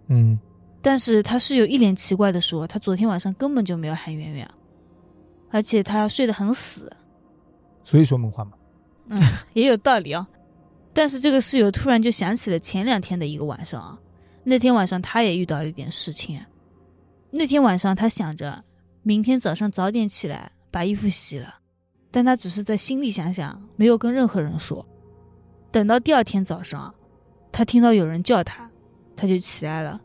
[SPEAKER 1] 嗯，
[SPEAKER 2] 但是她室友一脸奇怪的说，她昨天晚上根本就没有喊圆圆，啊而且她睡得很死。
[SPEAKER 1] 所以说梦话嘛，
[SPEAKER 2] 也有道理哦。但是这个室友突然就想起了前两天的一个晚上啊，那天晚上他也遇到了一点事情。那天晚上他想着明天早上早点起来把衣服洗了，但他只是在心里想想，没有跟任何人说。等到第二天早上，他听到有人叫他，他就起来了。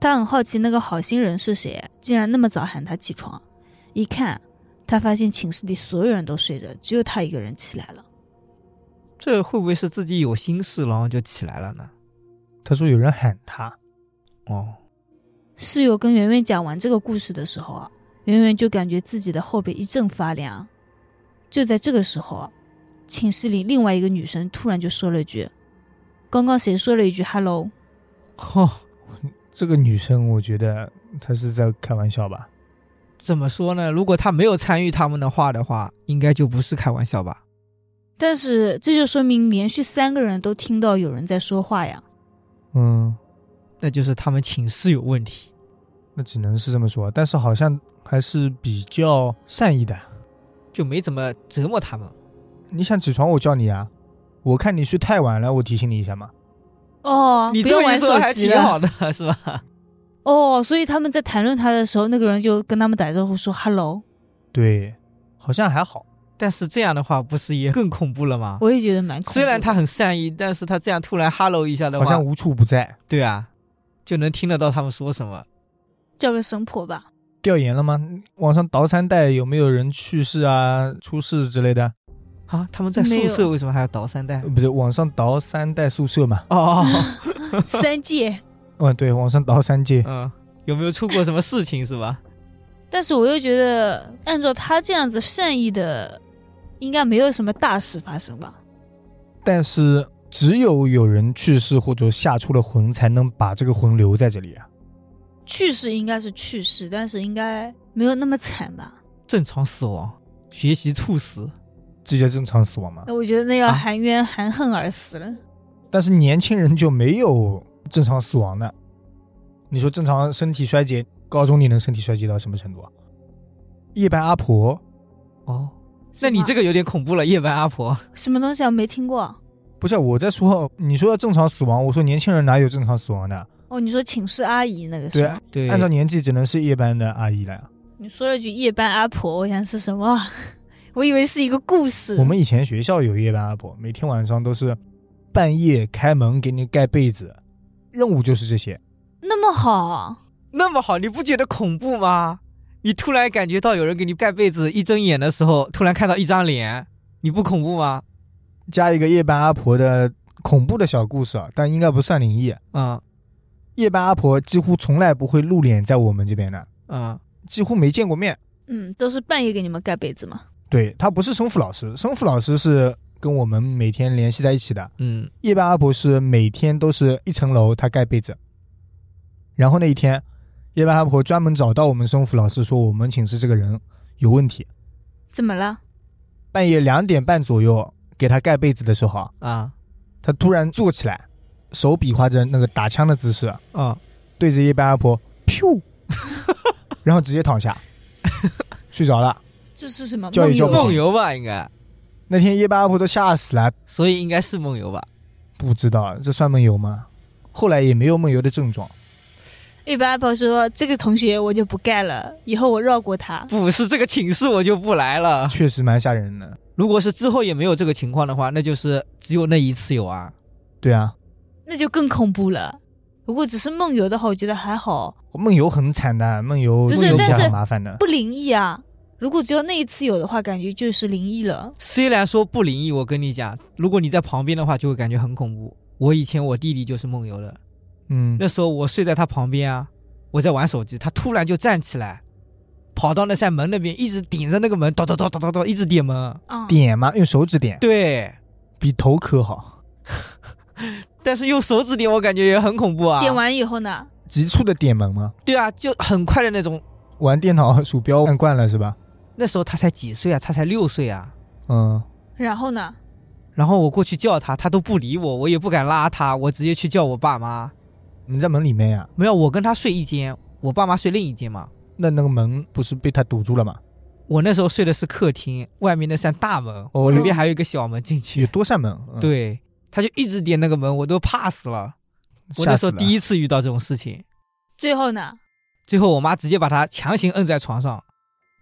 [SPEAKER 2] 他很好奇那个好心人是谁，竟然那么早喊他起床。一看，他发现寝室里所有人都睡着，只有他一个人起来了。
[SPEAKER 3] 这会不会是自己有心事，然后就起来了呢？
[SPEAKER 1] 他说有人喊他，
[SPEAKER 3] 哦，
[SPEAKER 2] 室友跟圆圆讲完这个故事的时候啊，圆圆就感觉自己的后背一阵发凉。就在这个时候啊，寝室里另外一个女生突然就说了一句：“刚刚谁说了一句 ‘hello’？”
[SPEAKER 3] 哦，
[SPEAKER 1] 这个女生我觉得她是在开玩笑吧？
[SPEAKER 3] 怎么说呢？如果他没有参与他们的话的话，应该就不是开玩笑吧？
[SPEAKER 2] 但是这就说明连续三个人都听到有人在说话呀。
[SPEAKER 1] 嗯，
[SPEAKER 3] 那就是他们寝室有问题。
[SPEAKER 1] 那只能是这么说，但是好像还是比较善意的。
[SPEAKER 3] 就没怎么折磨他们。
[SPEAKER 1] 你想起床我叫你啊，我看你睡太晚了，我提醒你一下嘛。
[SPEAKER 2] 哦，
[SPEAKER 3] 你
[SPEAKER 2] 不
[SPEAKER 3] 这
[SPEAKER 2] 要
[SPEAKER 3] 么一
[SPEAKER 2] 玩
[SPEAKER 3] 说
[SPEAKER 2] 手
[SPEAKER 3] 还
[SPEAKER 2] 机
[SPEAKER 3] 挺
[SPEAKER 2] 了。
[SPEAKER 3] 好的，是吧？
[SPEAKER 2] 哦，所以他们在谈论他的时候，那个人就跟他们打招呼说 “hello”。
[SPEAKER 1] 对，好像还好。
[SPEAKER 3] 但是这样的话，不是也更恐怖了吗？
[SPEAKER 2] 我也觉得蛮恐怖的。
[SPEAKER 3] 虽然他很善意，但是他这样突然哈喽一下的
[SPEAKER 1] 好
[SPEAKER 3] 话，
[SPEAKER 1] 像无处不在。
[SPEAKER 3] 对啊，就能听得到他们说什么。
[SPEAKER 2] 叫个神婆吧，
[SPEAKER 1] 调研了吗？网上倒餐带有没有人去世啊、出事之类的？
[SPEAKER 3] 啊，他们在宿
[SPEAKER 2] 没
[SPEAKER 3] 舍
[SPEAKER 2] 有
[SPEAKER 3] 为什么还要倒三 代
[SPEAKER 1] 呃？不对，网上倒三代宿舍嘛。
[SPEAKER 3] 哦，
[SPEAKER 2] 三界。
[SPEAKER 1] 嗯，对，网上倒三界。
[SPEAKER 3] 嗯，有没有出过什么事情是吧？
[SPEAKER 2] 但是我又觉得，按照他这样子善意的，应该没有什么大事发生吧？
[SPEAKER 1] 但是只有有人去世或者吓出了魂，才能把这个魂留在这里啊。
[SPEAKER 2] 去世应该是去世，但是应该没有那么惨吧？
[SPEAKER 3] 正常死亡，学习猝死，
[SPEAKER 1] 这叫正常死亡吗？
[SPEAKER 2] 那我觉得那要
[SPEAKER 3] 啊
[SPEAKER 2] 含冤含恨而死了。
[SPEAKER 1] 但是年轻人就没有正常死亡的。你说正常身体衰竭，高中你能身体衰竭到什么程度啊？夜班阿婆
[SPEAKER 3] 哦，那你这
[SPEAKER 2] 个
[SPEAKER 3] 个有点恐怖了，夜班阿婆。
[SPEAKER 2] 什么东西啊？没听过
[SPEAKER 1] 不是我在说，你说要正常死亡，我说年轻人哪有正常死亡的？
[SPEAKER 2] 哦？你说寝室阿姨那个是
[SPEAKER 1] 对
[SPEAKER 2] 吧？
[SPEAKER 1] 啊，
[SPEAKER 3] 对，
[SPEAKER 1] 按照年纪只能是夜班的阿姨了啊。
[SPEAKER 2] 你说了句夜班阿婆，我想是什么？ 我以为是一个故事。
[SPEAKER 1] 我们以前学校有夜班阿婆，每天晚上都是半夜开门给你盖被子，任务就是这些。
[SPEAKER 2] 那么好，
[SPEAKER 3] 那么好，你不觉得恐怖吗？你突然感觉到有人给你盖被子，一睁眼的时候，突然看到一张脸，你不恐怖吗？
[SPEAKER 1] 加一个夜班阿婆的恐怖的小故事啊，但应该不算灵异。
[SPEAKER 3] 嗯
[SPEAKER 1] 夜班阿婆几乎从来不会露脸在我们这边的，
[SPEAKER 3] 嗯，
[SPEAKER 1] 几乎没见过面。
[SPEAKER 2] 嗯，都是半夜给你们盖被子嘛。
[SPEAKER 1] 对，她不是生父老师，生父老师是跟我们每天联系在一起的。
[SPEAKER 3] 嗯，
[SPEAKER 1] 夜班阿婆是每天都是一层楼，她盖被子。然后那一天，夜班阿婆专门找到我们生父老师说，我们寝室这个人有问题。
[SPEAKER 2] 怎么了？
[SPEAKER 1] 半夜两点半左右给他盖被子的时候啊，
[SPEAKER 3] 啊
[SPEAKER 1] 他突然坐起来，手比划着那个打枪的姿势，
[SPEAKER 3] 嗯，
[SPEAKER 1] 对着夜班阿婆，噗， 然后直接躺下，睡着了。
[SPEAKER 2] 这是什么
[SPEAKER 1] 叫也
[SPEAKER 2] 梦
[SPEAKER 1] 叫
[SPEAKER 2] 游？
[SPEAKER 1] 不醒
[SPEAKER 3] 梦游吧应该，
[SPEAKER 1] 那天夜班阿婆都吓死了，
[SPEAKER 3] 所以应该是梦游吧。
[SPEAKER 1] 不知道这算梦游吗？后来也没有梦游的症状，
[SPEAKER 2] 夜班阿婆说：“这个同学我就不盖了，以后我绕过他。
[SPEAKER 3] 不是这个寝室我就不来了。
[SPEAKER 1] 确实蛮吓人的。
[SPEAKER 3] 如果是之后也没有这个情况的话，那就是只有那一次有啊。
[SPEAKER 1] 对啊，”
[SPEAKER 2] 那就更恐怖了。如果只是梦游的话，我觉得还好，
[SPEAKER 1] 梦游很惨的，梦游
[SPEAKER 2] 不
[SPEAKER 1] 梦
[SPEAKER 2] 是
[SPEAKER 1] 游比
[SPEAKER 2] 但
[SPEAKER 1] 较
[SPEAKER 2] 是
[SPEAKER 1] 很麻烦的。
[SPEAKER 2] 不灵异啊。如果只有那一次有的话，感觉就是灵异了。
[SPEAKER 3] 虽然说不灵异，我跟你讲，如果你在旁边的话，就会感觉很恐怖。我以前我弟弟就是梦游的，
[SPEAKER 1] 嗯，
[SPEAKER 3] 那时候我睡在他旁边啊，我在玩手机，他突然就站起来，跑到那扇门那边，一直顶着那个门，叨叨叨叨叨叨，一直点门。
[SPEAKER 2] 啊、
[SPEAKER 1] 点嘛，用手指点，
[SPEAKER 3] 对，
[SPEAKER 1] 比头磕好。
[SPEAKER 3] 但是用手指点，我感觉也很恐怖啊。
[SPEAKER 2] 点完以后呢？
[SPEAKER 1] 急促的点门吗？
[SPEAKER 3] 对啊，就很快的那种。
[SPEAKER 1] 玩电脑鼠标按惯了是吧？
[SPEAKER 3] 那时候他才几岁啊，他才六岁啊。
[SPEAKER 1] 嗯，
[SPEAKER 2] 然后呢？
[SPEAKER 3] 然后我过去叫他，他都不理我，我也不敢拉他，我直接去叫我爸妈。
[SPEAKER 1] 你在门里面呀、
[SPEAKER 3] 没有，我跟他睡一间，我爸妈睡另一间嘛。
[SPEAKER 1] 那那个门不是被他堵住了吗？
[SPEAKER 3] 我那时候睡的是客厅，外面那扇大门，
[SPEAKER 1] 哦
[SPEAKER 3] 里面还有一个小门进
[SPEAKER 1] 有
[SPEAKER 3] 去。
[SPEAKER 1] 多扇门？嗯，
[SPEAKER 3] 对，他就一直点那个门，我都怕死了。我
[SPEAKER 1] 吓
[SPEAKER 3] 那
[SPEAKER 1] 死
[SPEAKER 3] 时
[SPEAKER 1] 了
[SPEAKER 3] 候第一次遇到这种事情，
[SPEAKER 2] 最后呢？
[SPEAKER 3] 最后我妈直接把他强行摁在床上，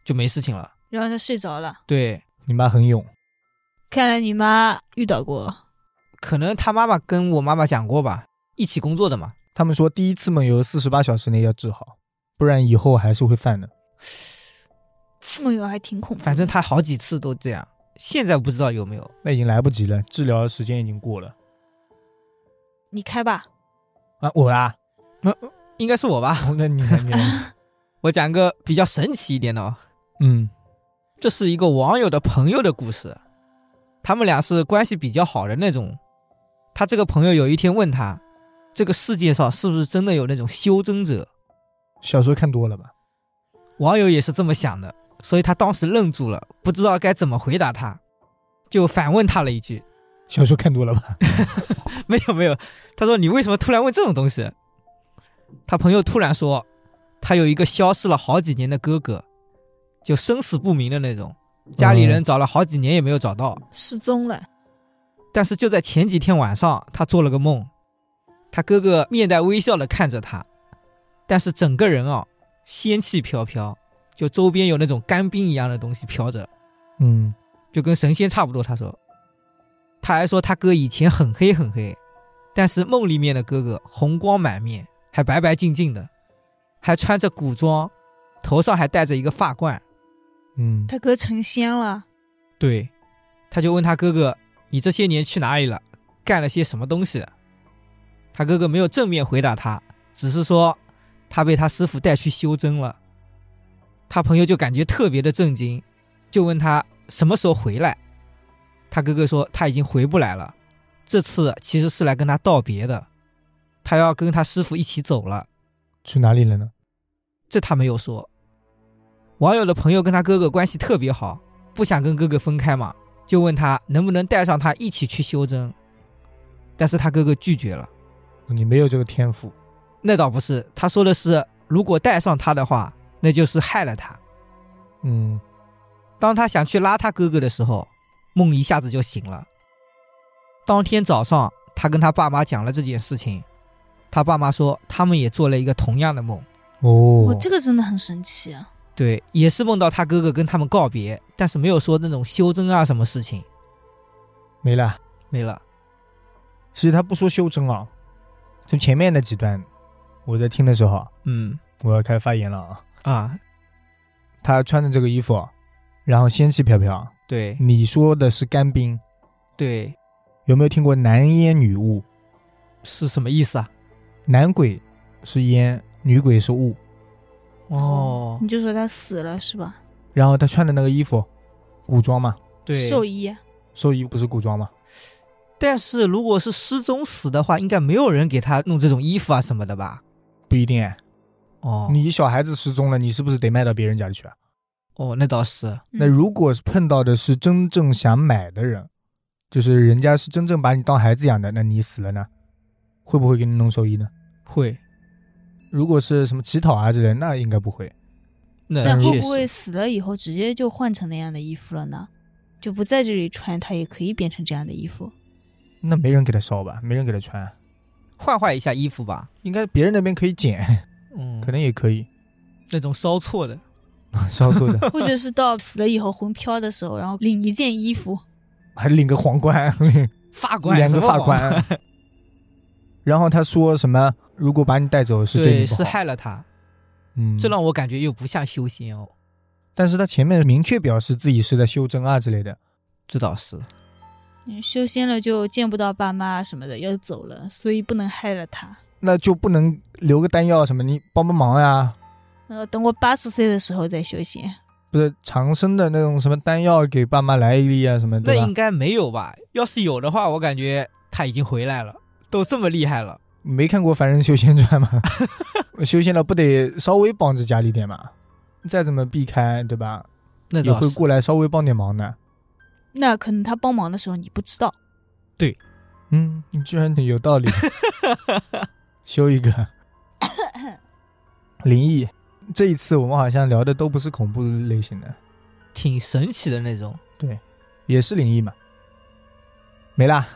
[SPEAKER 3] 就没事情了。
[SPEAKER 2] 然后他睡着了。
[SPEAKER 3] 对，
[SPEAKER 1] 你妈很勇，
[SPEAKER 2] 看来你妈遇到过。
[SPEAKER 3] 可能他妈妈跟我妈妈讲过吧，一起工作的嘛。
[SPEAKER 1] 他们说第一次梦游四十八小时内要治好，不然以后还是会犯的。
[SPEAKER 2] 梦游还挺恐怖的。
[SPEAKER 3] 反正他好几次都这样，现在不知道有没有。
[SPEAKER 1] 那已经来不及了，治疗时间已经过了
[SPEAKER 2] 你开吧。
[SPEAKER 1] 啊！我啦，
[SPEAKER 3] 应该是我吧，
[SPEAKER 1] 哦那你来你来，
[SPEAKER 3] 我讲个比较神奇一点的、哦。
[SPEAKER 1] 嗯，
[SPEAKER 3] 这是一个网友的朋友的故事，他们俩是关系比较好的那种。他这个朋友有一天问他，这个世界上是不是真的有那种修真者？
[SPEAKER 1] 小说看多了吧？
[SPEAKER 3] 网友也是这么想的，所以他当时愣住了，不知道该怎么回答他，就反问他了一句
[SPEAKER 1] 小说看多了吧？：“
[SPEAKER 3] 没有没有。”他说：“你为什么突然问这种东西？”他朋友突然说：“他有一个消失了好几年的哥哥，就生死不明的那种，家里人找了好几年也没有找到。
[SPEAKER 2] 失踪了，
[SPEAKER 3] 但是就在前几天晚上，他做了个梦，他哥哥面带微笑的看着他，但是整个人啊，仙气飘飘，就周边有那种干冰一样的东西飘着，
[SPEAKER 1] 嗯，
[SPEAKER 3] 就跟神仙差不多。他说，他还说他哥以前很黑很黑，但是梦里面的哥哥红光满面，还白白净净的，还穿着古装，头上还戴着一个发冠。
[SPEAKER 1] 嗯，
[SPEAKER 2] 他哥成仙了，
[SPEAKER 3] 对，他就问他哥哥：“你这些年去哪里了？干了些什么东西？”他哥哥没有正面回答他，只是说他被他师傅带去修真了。他朋友就感觉特别的震惊，就问他什么时候回来。他哥哥说他已经回不来了，这次其实是来跟他道别的，他要跟他师傅一起走了。
[SPEAKER 1] 去哪里了呢？
[SPEAKER 3] 这他没有说。网友的朋友跟他哥哥关系特别好，不想跟哥哥分开嘛，就问他能不能带上他一起去修真，但是他哥哥拒绝了。
[SPEAKER 1] 哦你没有这个天赋，
[SPEAKER 3] 那倒不是，他说的是如果带上他的话，那就是害了他。
[SPEAKER 1] 嗯
[SPEAKER 3] 当他想去拉他哥哥的时候，梦一下子就醒了。当天早上，他跟他爸妈讲了这件事情，他爸妈说他们也做了一个同样的梦，
[SPEAKER 2] 我
[SPEAKER 1] 哦，
[SPEAKER 2] 这个真的很神奇啊！
[SPEAKER 3] 对，也是梦到他哥哥跟他们告别，但是没有说那种修真啊什么事情，
[SPEAKER 1] 没了。
[SPEAKER 3] 没了。
[SPEAKER 1] 其实他不说修真啊，就前面那几段，我在听的时候啊，
[SPEAKER 3] 嗯
[SPEAKER 1] 我要开始发言了啊。
[SPEAKER 3] 啊，
[SPEAKER 1] 他穿着这个衣服，然后仙气飘飘。
[SPEAKER 3] 对
[SPEAKER 1] 你说的是干冰，
[SPEAKER 3] 对，
[SPEAKER 1] 有没有听过男烟女雾？
[SPEAKER 3] 是什么意思啊？
[SPEAKER 1] 男鬼是烟，女鬼是雾。
[SPEAKER 3] 哦
[SPEAKER 2] 你，就说他死了是吧？
[SPEAKER 1] 然后他穿的那个衣服，古装嘛，
[SPEAKER 3] 对。
[SPEAKER 2] 兽医
[SPEAKER 1] 寿衣不是古装嘛？
[SPEAKER 3] 但是如果是失踪死的话，应该没有人给他弄这种衣服啊什么的吧？
[SPEAKER 1] 不一定哎。
[SPEAKER 3] 哦
[SPEAKER 1] 你小孩子失踪了，你是不是得卖到别人家里去啊？
[SPEAKER 3] 哦，那倒是。
[SPEAKER 1] 那如果是碰到的是真正想买的人，就是人家是真正把你当孩子养的，那你死了呢，会不会给你弄寿衣呢？
[SPEAKER 3] 会，
[SPEAKER 1] 如果是什么乞讨啊之类，那应该不会。
[SPEAKER 3] 那
[SPEAKER 2] 那
[SPEAKER 1] 但
[SPEAKER 2] 会
[SPEAKER 3] 确
[SPEAKER 2] 不会
[SPEAKER 3] 实。
[SPEAKER 2] 死了以后直接就换成那样的衣服了呢？就不在这里穿，他也可以变成这样的衣服。
[SPEAKER 1] 那没人给他烧吧，没人给他穿，啊
[SPEAKER 3] 换换一下衣服吧，
[SPEAKER 1] 应该别人那边可以捡，
[SPEAKER 3] 嗯，
[SPEAKER 1] 可能也可以
[SPEAKER 3] 那种烧错的，
[SPEAKER 1] 烧错 的，
[SPEAKER 2] 或者是到死了以后魂飘的时候，然后领一件衣服。
[SPEAKER 1] 还领个皇冠，
[SPEAKER 3] 发冠，
[SPEAKER 1] 两个
[SPEAKER 3] 什么
[SPEAKER 1] 法
[SPEAKER 3] 网，
[SPEAKER 1] 官。 然后他说什么？如果把你带走是对
[SPEAKER 3] 对，
[SPEAKER 1] 你不
[SPEAKER 3] 是
[SPEAKER 1] 好，
[SPEAKER 3] 害了他，
[SPEAKER 1] 嗯，
[SPEAKER 3] 这让我感觉又不像修仙哦。
[SPEAKER 1] 但是他前面明确表示自己是在修真啊之类的，
[SPEAKER 3] 这倒是，
[SPEAKER 2] 嗯修仙了就见不到爸妈什么的，要走了，所以不能害了他。
[SPEAKER 1] 那就不能留个弹药什么，你帮帮忙呀、
[SPEAKER 2] 呃，等我八十岁的时候再修仙。
[SPEAKER 1] 不是长生的那种什么丹药给爸妈来一粒啊什么，
[SPEAKER 3] 那
[SPEAKER 1] 对吧
[SPEAKER 3] 应？该没有吧？要是有的话，我感觉他已经回来了，都这么厉害了。
[SPEAKER 1] 没看过《凡人修仙传》 吗？修仙了不得稍微帮着家里点嘛，再怎么避开，对吧？
[SPEAKER 3] 那
[SPEAKER 1] 也
[SPEAKER 3] 倒
[SPEAKER 1] 会
[SPEAKER 3] 是，
[SPEAKER 1] 过来稍微帮点忙的。
[SPEAKER 2] 那可能他帮忙的时候你不知 道，
[SPEAKER 1] 嗯，你居然有道 理，修一个灵异。这一次我们好像聊的都不是恐怖类型的，
[SPEAKER 3] 挺神奇的那种。
[SPEAKER 1] 也是灵异嘛。没啦，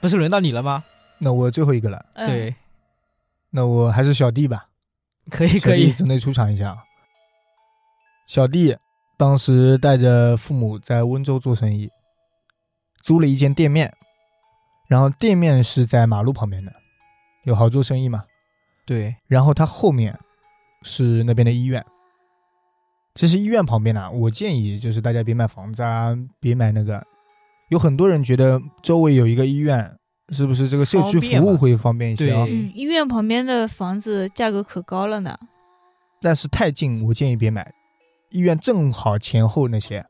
[SPEAKER 3] 不是轮到你了吗？
[SPEAKER 1] 那我最后一个了，
[SPEAKER 2] 嗯、，
[SPEAKER 3] 对，
[SPEAKER 1] 那我还是小弟吧。
[SPEAKER 3] 可以
[SPEAKER 1] 小
[SPEAKER 3] 可
[SPEAKER 1] 弟
[SPEAKER 3] 以，
[SPEAKER 1] 准备出场一下啊。小弟当时带着父母在温州做生意，租了一间店面，然后店面是在马路旁边的，有好做生意嘛。
[SPEAKER 3] 对，
[SPEAKER 1] 然后他后面是那边的医院。其实医院旁边呢、啊我建议就是大家别买房子啊，别买那个。有很多人觉得周围有一个医院，是不是这个社区
[SPEAKER 3] 方便
[SPEAKER 1] 服务
[SPEAKER 3] 嘛
[SPEAKER 1] 会方便一些啊？
[SPEAKER 3] 对
[SPEAKER 2] 嗯，医院旁边的房子价格可高了呢。
[SPEAKER 1] 但是太近，我建议别买。医院正好前后那些，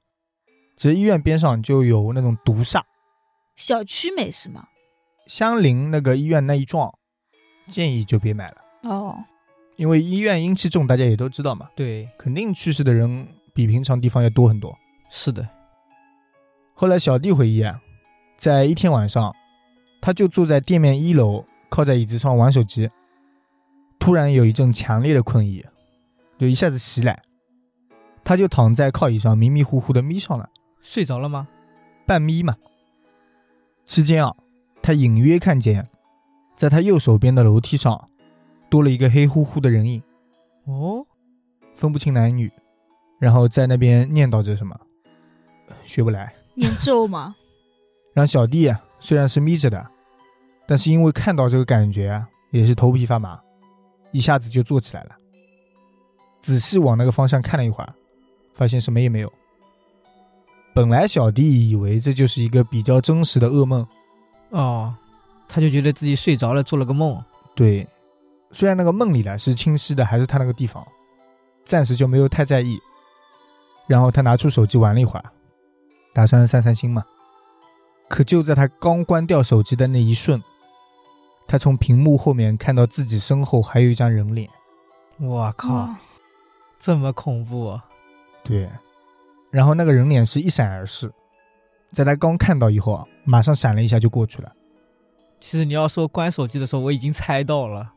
[SPEAKER 1] 其实医院边上就有那种毒煞，
[SPEAKER 2] 小区美是吗？
[SPEAKER 1] 相邻那个医院那一幢，建议就别买了，
[SPEAKER 2] 哦，
[SPEAKER 1] 因为医院阴气重，大家也都知道嘛，
[SPEAKER 3] 对，
[SPEAKER 1] 肯定去世的人比平常地方要多很多。
[SPEAKER 3] 是的，
[SPEAKER 1] 后来小弟回忆啊，在一天晚上，他就坐在店面一楼，靠在椅子上玩手机，突然有一阵强烈的困意，就一下子袭来，他就躺在靠椅上迷迷糊糊的眯上了。
[SPEAKER 3] 睡着了吗？
[SPEAKER 1] 半眯嘛。期间啊，他隐约看见，在他右手边的楼梯上，多了一个黑乎乎的人影。
[SPEAKER 3] 哦，
[SPEAKER 1] 分不清男女，然后在那边念叨着什么，呃学不来。
[SPEAKER 2] 念咒嘛，
[SPEAKER 1] 然后小弟啊虽然是眯着的，但是因为看到这个感觉啊，也是头皮发麻，一下子就坐起来了。仔细往那个方向看了一会儿，发现什么也没有。本来小弟以为这就是一个比较真实的噩梦，
[SPEAKER 3] 哦，他就觉得自己睡着了，做了个梦。
[SPEAKER 1] 对，虽然那个梦里呢是清晰的，还是他那个地方，暂时就没有太在意。然后他拿出手机玩了一会儿，打算散散心嘛。可就在他刚关掉手机的那一瞬，他从屏幕后面看到自己身后还有一张人脸。
[SPEAKER 3] 我 靠，
[SPEAKER 2] 哇
[SPEAKER 3] 这么恐怖、啊
[SPEAKER 1] 对，然后那个人脸是一闪而逝，在他刚看到以后啊，马上闪了一下就过去了。
[SPEAKER 3] 其实你要说关手机的时候，我已经猜到了。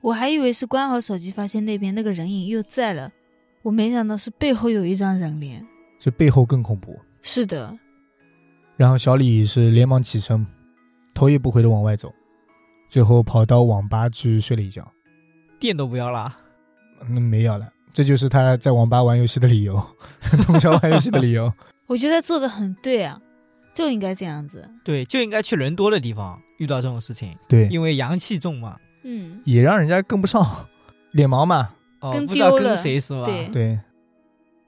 [SPEAKER 2] 我还以为是关好手机，发现那边那个人影又在了，我没想到是背后有一张人脸。
[SPEAKER 1] 这背后更恐怖。
[SPEAKER 2] 是的，
[SPEAKER 1] 然后小李是连忙起身，头也不回的往外走，最后跑到网吧去睡了一觉。
[SPEAKER 3] 电都不要啦，
[SPEAKER 1] 嗯，没有了，这就是他在网吧玩游戏的理由， 通宵玩游戏的理由。
[SPEAKER 2] 我觉得他做的很对啊，就应该这样子。
[SPEAKER 3] 对，就应该去人多的地方。遇到这种事情，
[SPEAKER 1] 对，
[SPEAKER 3] 因为阳气重嘛，
[SPEAKER 2] 嗯，
[SPEAKER 1] 也让人家跟不上，脸盲嘛。
[SPEAKER 3] 哦，
[SPEAKER 2] 跟
[SPEAKER 3] 不知道
[SPEAKER 2] 丢
[SPEAKER 3] 跟
[SPEAKER 2] 了
[SPEAKER 3] 谁是吧？
[SPEAKER 2] 对
[SPEAKER 1] 对。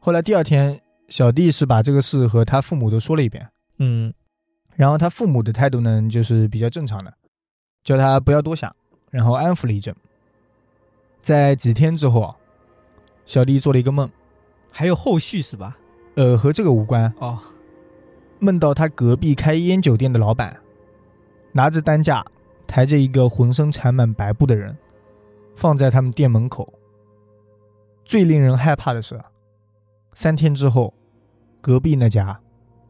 [SPEAKER 1] 后来第二天，小弟是把这个事和他父母都说了一遍，
[SPEAKER 3] 嗯，
[SPEAKER 1] 然后他父母的态度呢，就是比较正常的，叫他不要多想，然后安抚了一阵。在几天之后啊，小弟做了一个梦，
[SPEAKER 3] 还有后续是吧？
[SPEAKER 1] 呃，和这个无关，
[SPEAKER 3] 哦，
[SPEAKER 1] 梦到他隔壁开烟酒店的老板，拿着担架，抬着一个浑身缠满白布的人，放在他们店门口。最令人害怕的是，啊三天之后，隔壁那家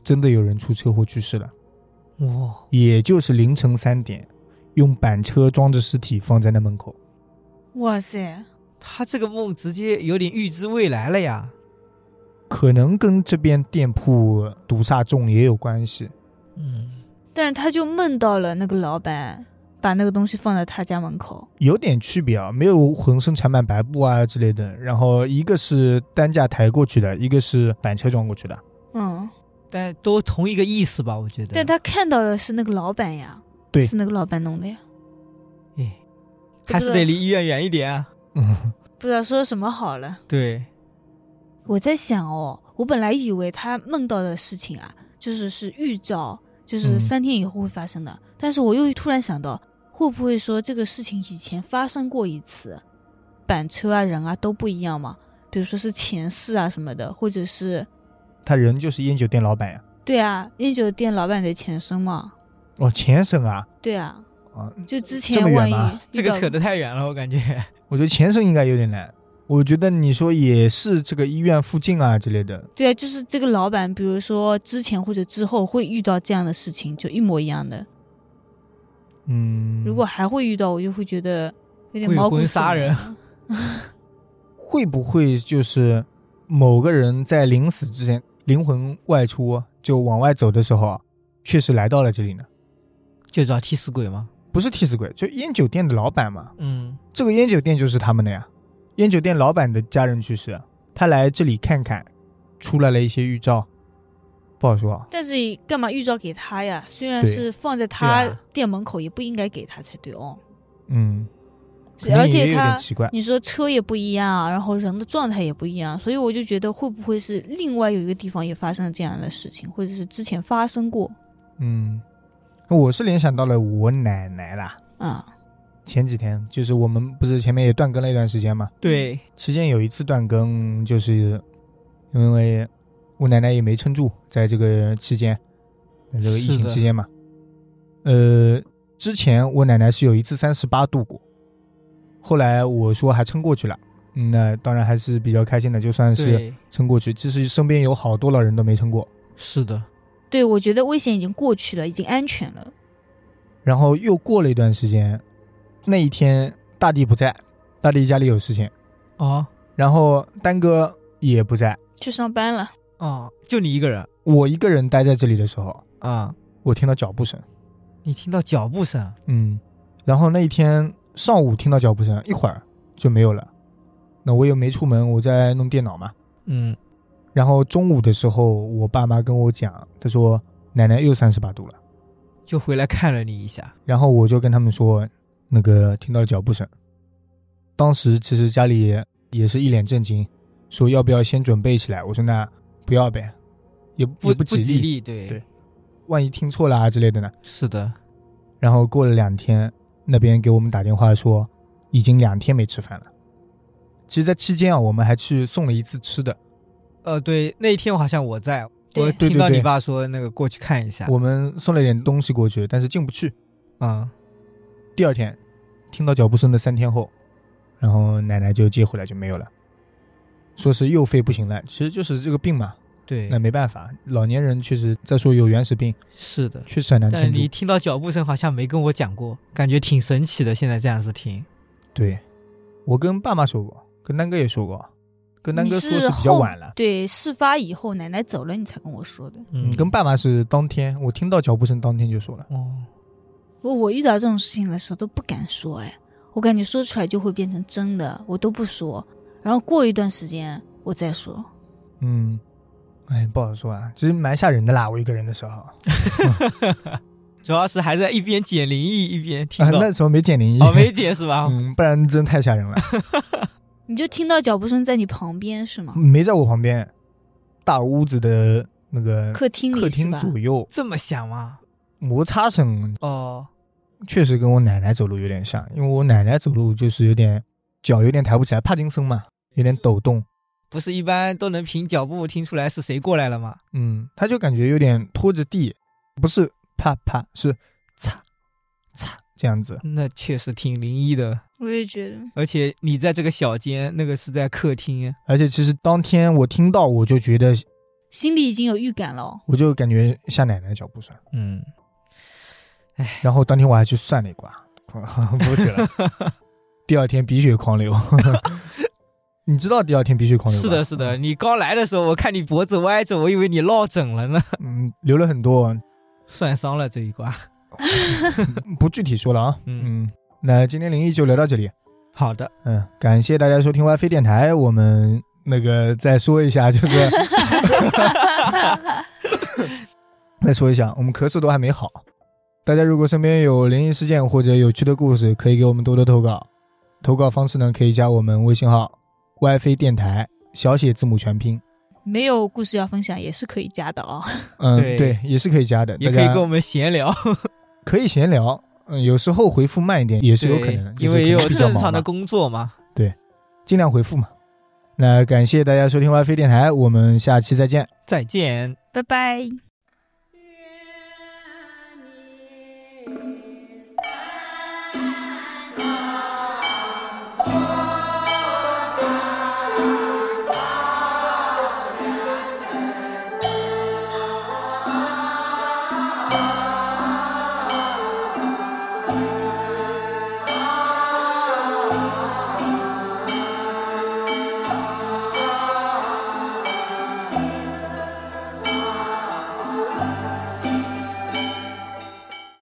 [SPEAKER 1] 真的有人出车祸去世了，
[SPEAKER 3] 哇、
[SPEAKER 1] 也就是凌晨三点，用板车装着尸体放在那门口。
[SPEAKER 2] 哇塞，
[SPEAKER 3] 他这个梦直接有点预知未来了呀。
[SPEAKER 1] 可能跟这边店铺毒煞重也有关系，
[SPEAKER 3] 嗯，
[SPEAKER 2] 但是他就梦到了那个老板把那个东西放在他家门口。
[SPEAKER 1] 有点区别啊，没有浑身缠满白布啊之类的。然后一个是担架抬过去的，一个是板车装过去的。
[SPEAKER 2] 嗯，
[SPEAKER 3] 但都同一个意思吧，我觉得。
[SPEAKER 2] 但他看到的是那个老板呀，
[SPEAKER 1] 对
[SPEAKER 2] 是那个老板弄的呀，
[SPEAKER 3] 哎，
[SPEAKER 2] 不知道
[SPEAKER 3] 还是得离医院远一点啊。
[SPEAKER 1] 嗯，
[SPEAKER 2] 不知道说什么好了。
[SPEAKER 3] 对，
[SPEAKER 2] 我在想哦，我本来以为他梦到的事情啊，就是是预兆，就是
[SPEAKER 1] 嗯
[SPEAKER 2] 三天以后会发生的。但是我又突然想到，会不会说这个事情以前发生过一次？板车啊、人啊都不一样嘛，比如说是前世啊什么的，或者是
[SPEAKER 1] 他人就是烟酒店老板呀、
[SPEAKER 2] 对啊，烟酒店老板的前身嘛，
[SPEAKER 1] 哦，前身啊，
[SPEAKER 2] 对啊，
[SPEAKER 1] 啊，
[SPEAKER 2] 就之
[SPEAKER 1] 这么
[SPEAKER 2] 前
[SPEAKER 1] 远
[SPEAKER 2] 万一
[SPEAKER 1] 吗
[SPEAKER 2] 遇
[SPEAKER 3] 这个
[SPEAKER 2] 到
[SPEAKER 3] 扯得太远了，我感觉。
[SPEAKER 1] 我觉得前身应该有点难。我觉得你说也是这个医院附近啊之类的，
[SPEAKER 2] 对啊，就是这个老板，比如说之前或者之后会遇到这样的事情，就一模一样的。
[SPEAKER 1] 嗯，
[SPEAKER 2] 如果还会遇到，我就会觉得有点
[SPEAKER 3] 会有
[SPEAKER 2] 毛骨
[SPEAKER 3] 婚
[SPEAKER 2] 悚
[SPEAKER 3] 杀
[SPEAKER 2] 然
[SPEAKER 3] 人。
[SPEAKER 1] 会不会就是某个人在临死之前灵魂外出就往外走的时候啊，确实来到了这里呢？
[SPEAKER 3] 就找替死鬼吗？
[SPEAKER 1] 不是替死鬼，就烟酒店的老板嘛。
[SPEAKER 3] 嗯，
[SPEAKER 1] 这个烟酒店就是他们的呀。烟酒店老板的家人去世，他来这里看看，出来了一些预兆，不好说啊。
[SPEAKER 2] 但是干嘛预兆给他呀？虽然
[SPEAKER 1] 对
[SPEAKER 2] 是放在
[SPEAKER 3] 对
[SPEAKER 2] 他
[SPEAKER 3] 啊
[SPEAKER 2] 店门口，也不应该给他才对哦。
[SPEAKER 1] 嗯，
[SPEAKER 2] 是
[SPEAKER 1] 可能
[SPEAKER 2] 而
[SPEAKER 1] 也
[SPEAKER 2] 且
[SPEAKER 1] 有点
[SPEAKER 2] 他，
[SPEAKER 1] 奇怪。
[SPEAKER 2] 你说车也不一样啊，然后人的状态也不一样，所以我就觉得会不会是另外有一个地方也发生了这样的事情，或者是之前发生过
[SPEAKER 1] 嗯，我是联想到了我奶奶啦。
[SPEAKER 2] 啊？
[SPEAKER 1] 前几天就是我们不是前面也断更了一段时间嘛，
[SPEAKER 3] 对，
[SPEAKER 1] 期间有一次断更，就是因为我奶奶也没撑住，在这个期间，在这个疫
[SPEAKER 3] 是
[SPEAKER 1] 情
[SPEAKER 3] 的
[SPEAKER 1] 期间嘛，呃，之前我奶奶是有一次三十八度过，后来我说还撑过去了，嗯，那当然还是比较开心的，就算是
[SPEAKER 3] 对，
[SPEAKER 1] 撑过去。其实身边有好多老人都没撑过，
[SPEAKER 3] 是的，
[SPEAKER 2] 对，我觉得危险已经过去了，已经安全了。
[SPEAKER 1] 然后又过了一段时间，那一天大地不在，大地家里有事情，
[SPEAKER 3] 哦
[SPEAKER 1] 然后丹哥也不在，
[SPEAKER 2] 去上班了，
[SPEAKER 3] 哦，就你一个人
[SPEAKER 1] 我一个人待在这里的时候。
[SPEAKER 3] 啊、
[SPEAKER 1] 我听到脚步声，
[SPEAKER 3] 你听到脚步声，
[SPEAKER 1] 嗯，然后那一天上午听到脚步声，一会儿就没有了，那我也没出门，我在弄电脑嘛。
[SPEAKER 3] 嗯，
[SPEAKER 1] 然后中午的时候，我爸妈跟我讲，他说奶奶又三十八度了。
[SPEAKER 3] 就回来看了你一下。
[SPEAKER 1] 然后我就跟他们说，那个听到了脚步声。当时其实家里也是一脸震惊，说要不要先准备起来？我说那不要呗，也不也
[SPEAKER 3] 不
[SPEAKER 1] 吉
[SPEAKER 3] 吉利，对
[SPEAKER 1] 对万一听错了啊之类的呢。
[SPEAKER 3] 是的，
[SPEAKER 1] 然后过了两天，那边给我们打电话说，已经两天没吃饭了。其实，在期间啊，我们还去送了一次吃的。
[SPEAKER 3] 呃，对，那一天我好像我在，
[SPEAKER 2] 对
[SPEAKER 3] 我
[SPEAKER 1] 对
[SPEAKER 3] 听到
[SPEAKER 1] 对
[SPEAKER 3] 你爸说那个过去看一下。
[SPEAKER 1] 我们送了点东西过去，但是进不去。
[SPEAKER 3] 嗯，
[SPEAKER 1] 第二天，听到脚步声的三天后，然后奶奶就接回来就没有了，说是右肺不行了，其实就是这个病嘛，
[SPEAKER 3] 对
[SPEAKER 1] 那，没办法，老年人确实再说有原始病，
[SPEAKER 3] 是的。
[SPEAKER 1] 确实很难
[SPEAKER 3] 但
[SPEAKER 1] 撑住
[SPEAKER 3] 你。听到脚步声好像没跟我讲过，感觉挺神奇的。现在这样子听，
[SPEAKER 1] 对，我跟爸妈说过，跟丹哥也说过，跟丹哥说
[SPEAKER 2] 你是
[SPEAKER 1] 是比较晚了，
[SPEAKER 2] 对，事发以后奶奶走了，你才跟我说的。
[SPEAKER 3] 嗯
[SPEAKER 1] 嗯，跟爸妈是当天，我听到脚步声当天就说了，
[SPEAKER 3] 哦，
[SPEAKER 2] 我我遇到这种事情的时候都不敢说，哎，我感觉说出来就会变成真的，我都不说。然后过一段时间我再说，
[SPEAKER 1] 嗯，哎，不好说啊，其实蛮吓人的啦，我一个人的时候，啊、
[SPEAKER 3] 主要是还在一边捡灵异一边听到，
[SPEAKER 1] 啊那时候没减龄，
[SPEAKER 3] 哦，没捡是吧？
[SPEAKER 1] 嗯，不然真太吓人了。
[SPEAKER 2] 你就听到脚步声在你旁边是吗？
[SPEAKER 1] 没在我旁边，大屋子的那个
[SPEAKER 2] 客厅里
[SPEAKER 1] 客
[SPEAKER 2] 是
[SPEAKER 1] 厅
[SPEAKER 2] 吧？
[SPEAKER 1] 左右
[SPEAKER 3] 这么响吗？
[SPEAKER 1] 摩擦声，
[SPEAKER 3] 哦，
[SPEAKER 1] 确实跟我奶奶走路有点像，因为我奶奶走路就是有点脚有点抬不起来，帕金森嘛，有点抖动，
[SPEAKER 3] 不是一般都能凭脚步听出来是谁过来了吗？
[SPEAKER 1] 嗯，她就感觉有点拖着地，不是啪啪，是擦擦这样子，
[SPEAKER 3] 那确实挺灵异的。
[SPEAKER 2] 我也觉得，
[SPEAKER 3] 而且你在这个小间，那个是在客厅，啊
[SPEAKER 1] 而且其实当天我听到我就觉得，
[SPEAKER 2] 心里已经有预感了哦。
[SPEAKER 1] 我就感觉像奶奶的脚步声，
[SPEAKER 3] 嗯，
[SPEAKER 1] 然后当天我还去算了一卦， 不起 了，第二天鼻血狂流。 你知道第二天鼻血狂流吧
[SPEAKER 3] 是的，是的。你刚来的时候，我看你脖子歪着，我以为你落枕了呢，
[SPEAKER 1] 嗯，留了很多，
[SPEAKER 3] 算伤了这一卦。
[SPEAKER 1] 不具体说了啊。
[SPEAKER 3] 嗯
[SPEAKER 1] 嗯，那今天灵异就聊到这里。
[SPEAKER 3] 好的，
[SPEAKER 1] 嗯，感谢大家收听 WiFi 电台。我们那个再说一 下，就是 再说一下，我们咳嗽都还没好。大家如果身边有灵异事件或者有趣的故事，可以给我们多多投稿。投稿方式呢，可以加我们微信号 WiFi 电台小写字母全拼。
[SPEAKER 2] 没有故事要分享也是可以加的哦。
[SPEAKER 1] 嗯，
[SPEAKER 3] 对
[SPEAKER 1] 对，也是可以加的，
[SPEAKER 3] 也
[SPEAKER 1] 大
[SPEAKER 3] 可以
[SPEAKER 1] 家
[SPEAKER 3] 跟我们闲聊，
[SPEAKER 1] 可以闲聊。嗯，有时候回复慢一点也是有可能的，
[SPEAKER 3] 对因
[SPEAKER 1] 就是
[SPEAKER 3] 为也
[SPEAKER 1] 可
[SPEAKER 3] 有
[SPEAKER 1] 能比较
[SPEAKER 3] 正
[SPEAKER 1] 忙
[SPEAKER 3] 常的
[SPEAKER 1] 嘛
[SPEAKER 3] 工作嘛。
[SPEAKER 1] 尽量回复嘛。那感谢大家收听 WiFi 电台，我们下期再见。
[SPEAKER 3] 再见。
[SPEAKER 2] 拜拜。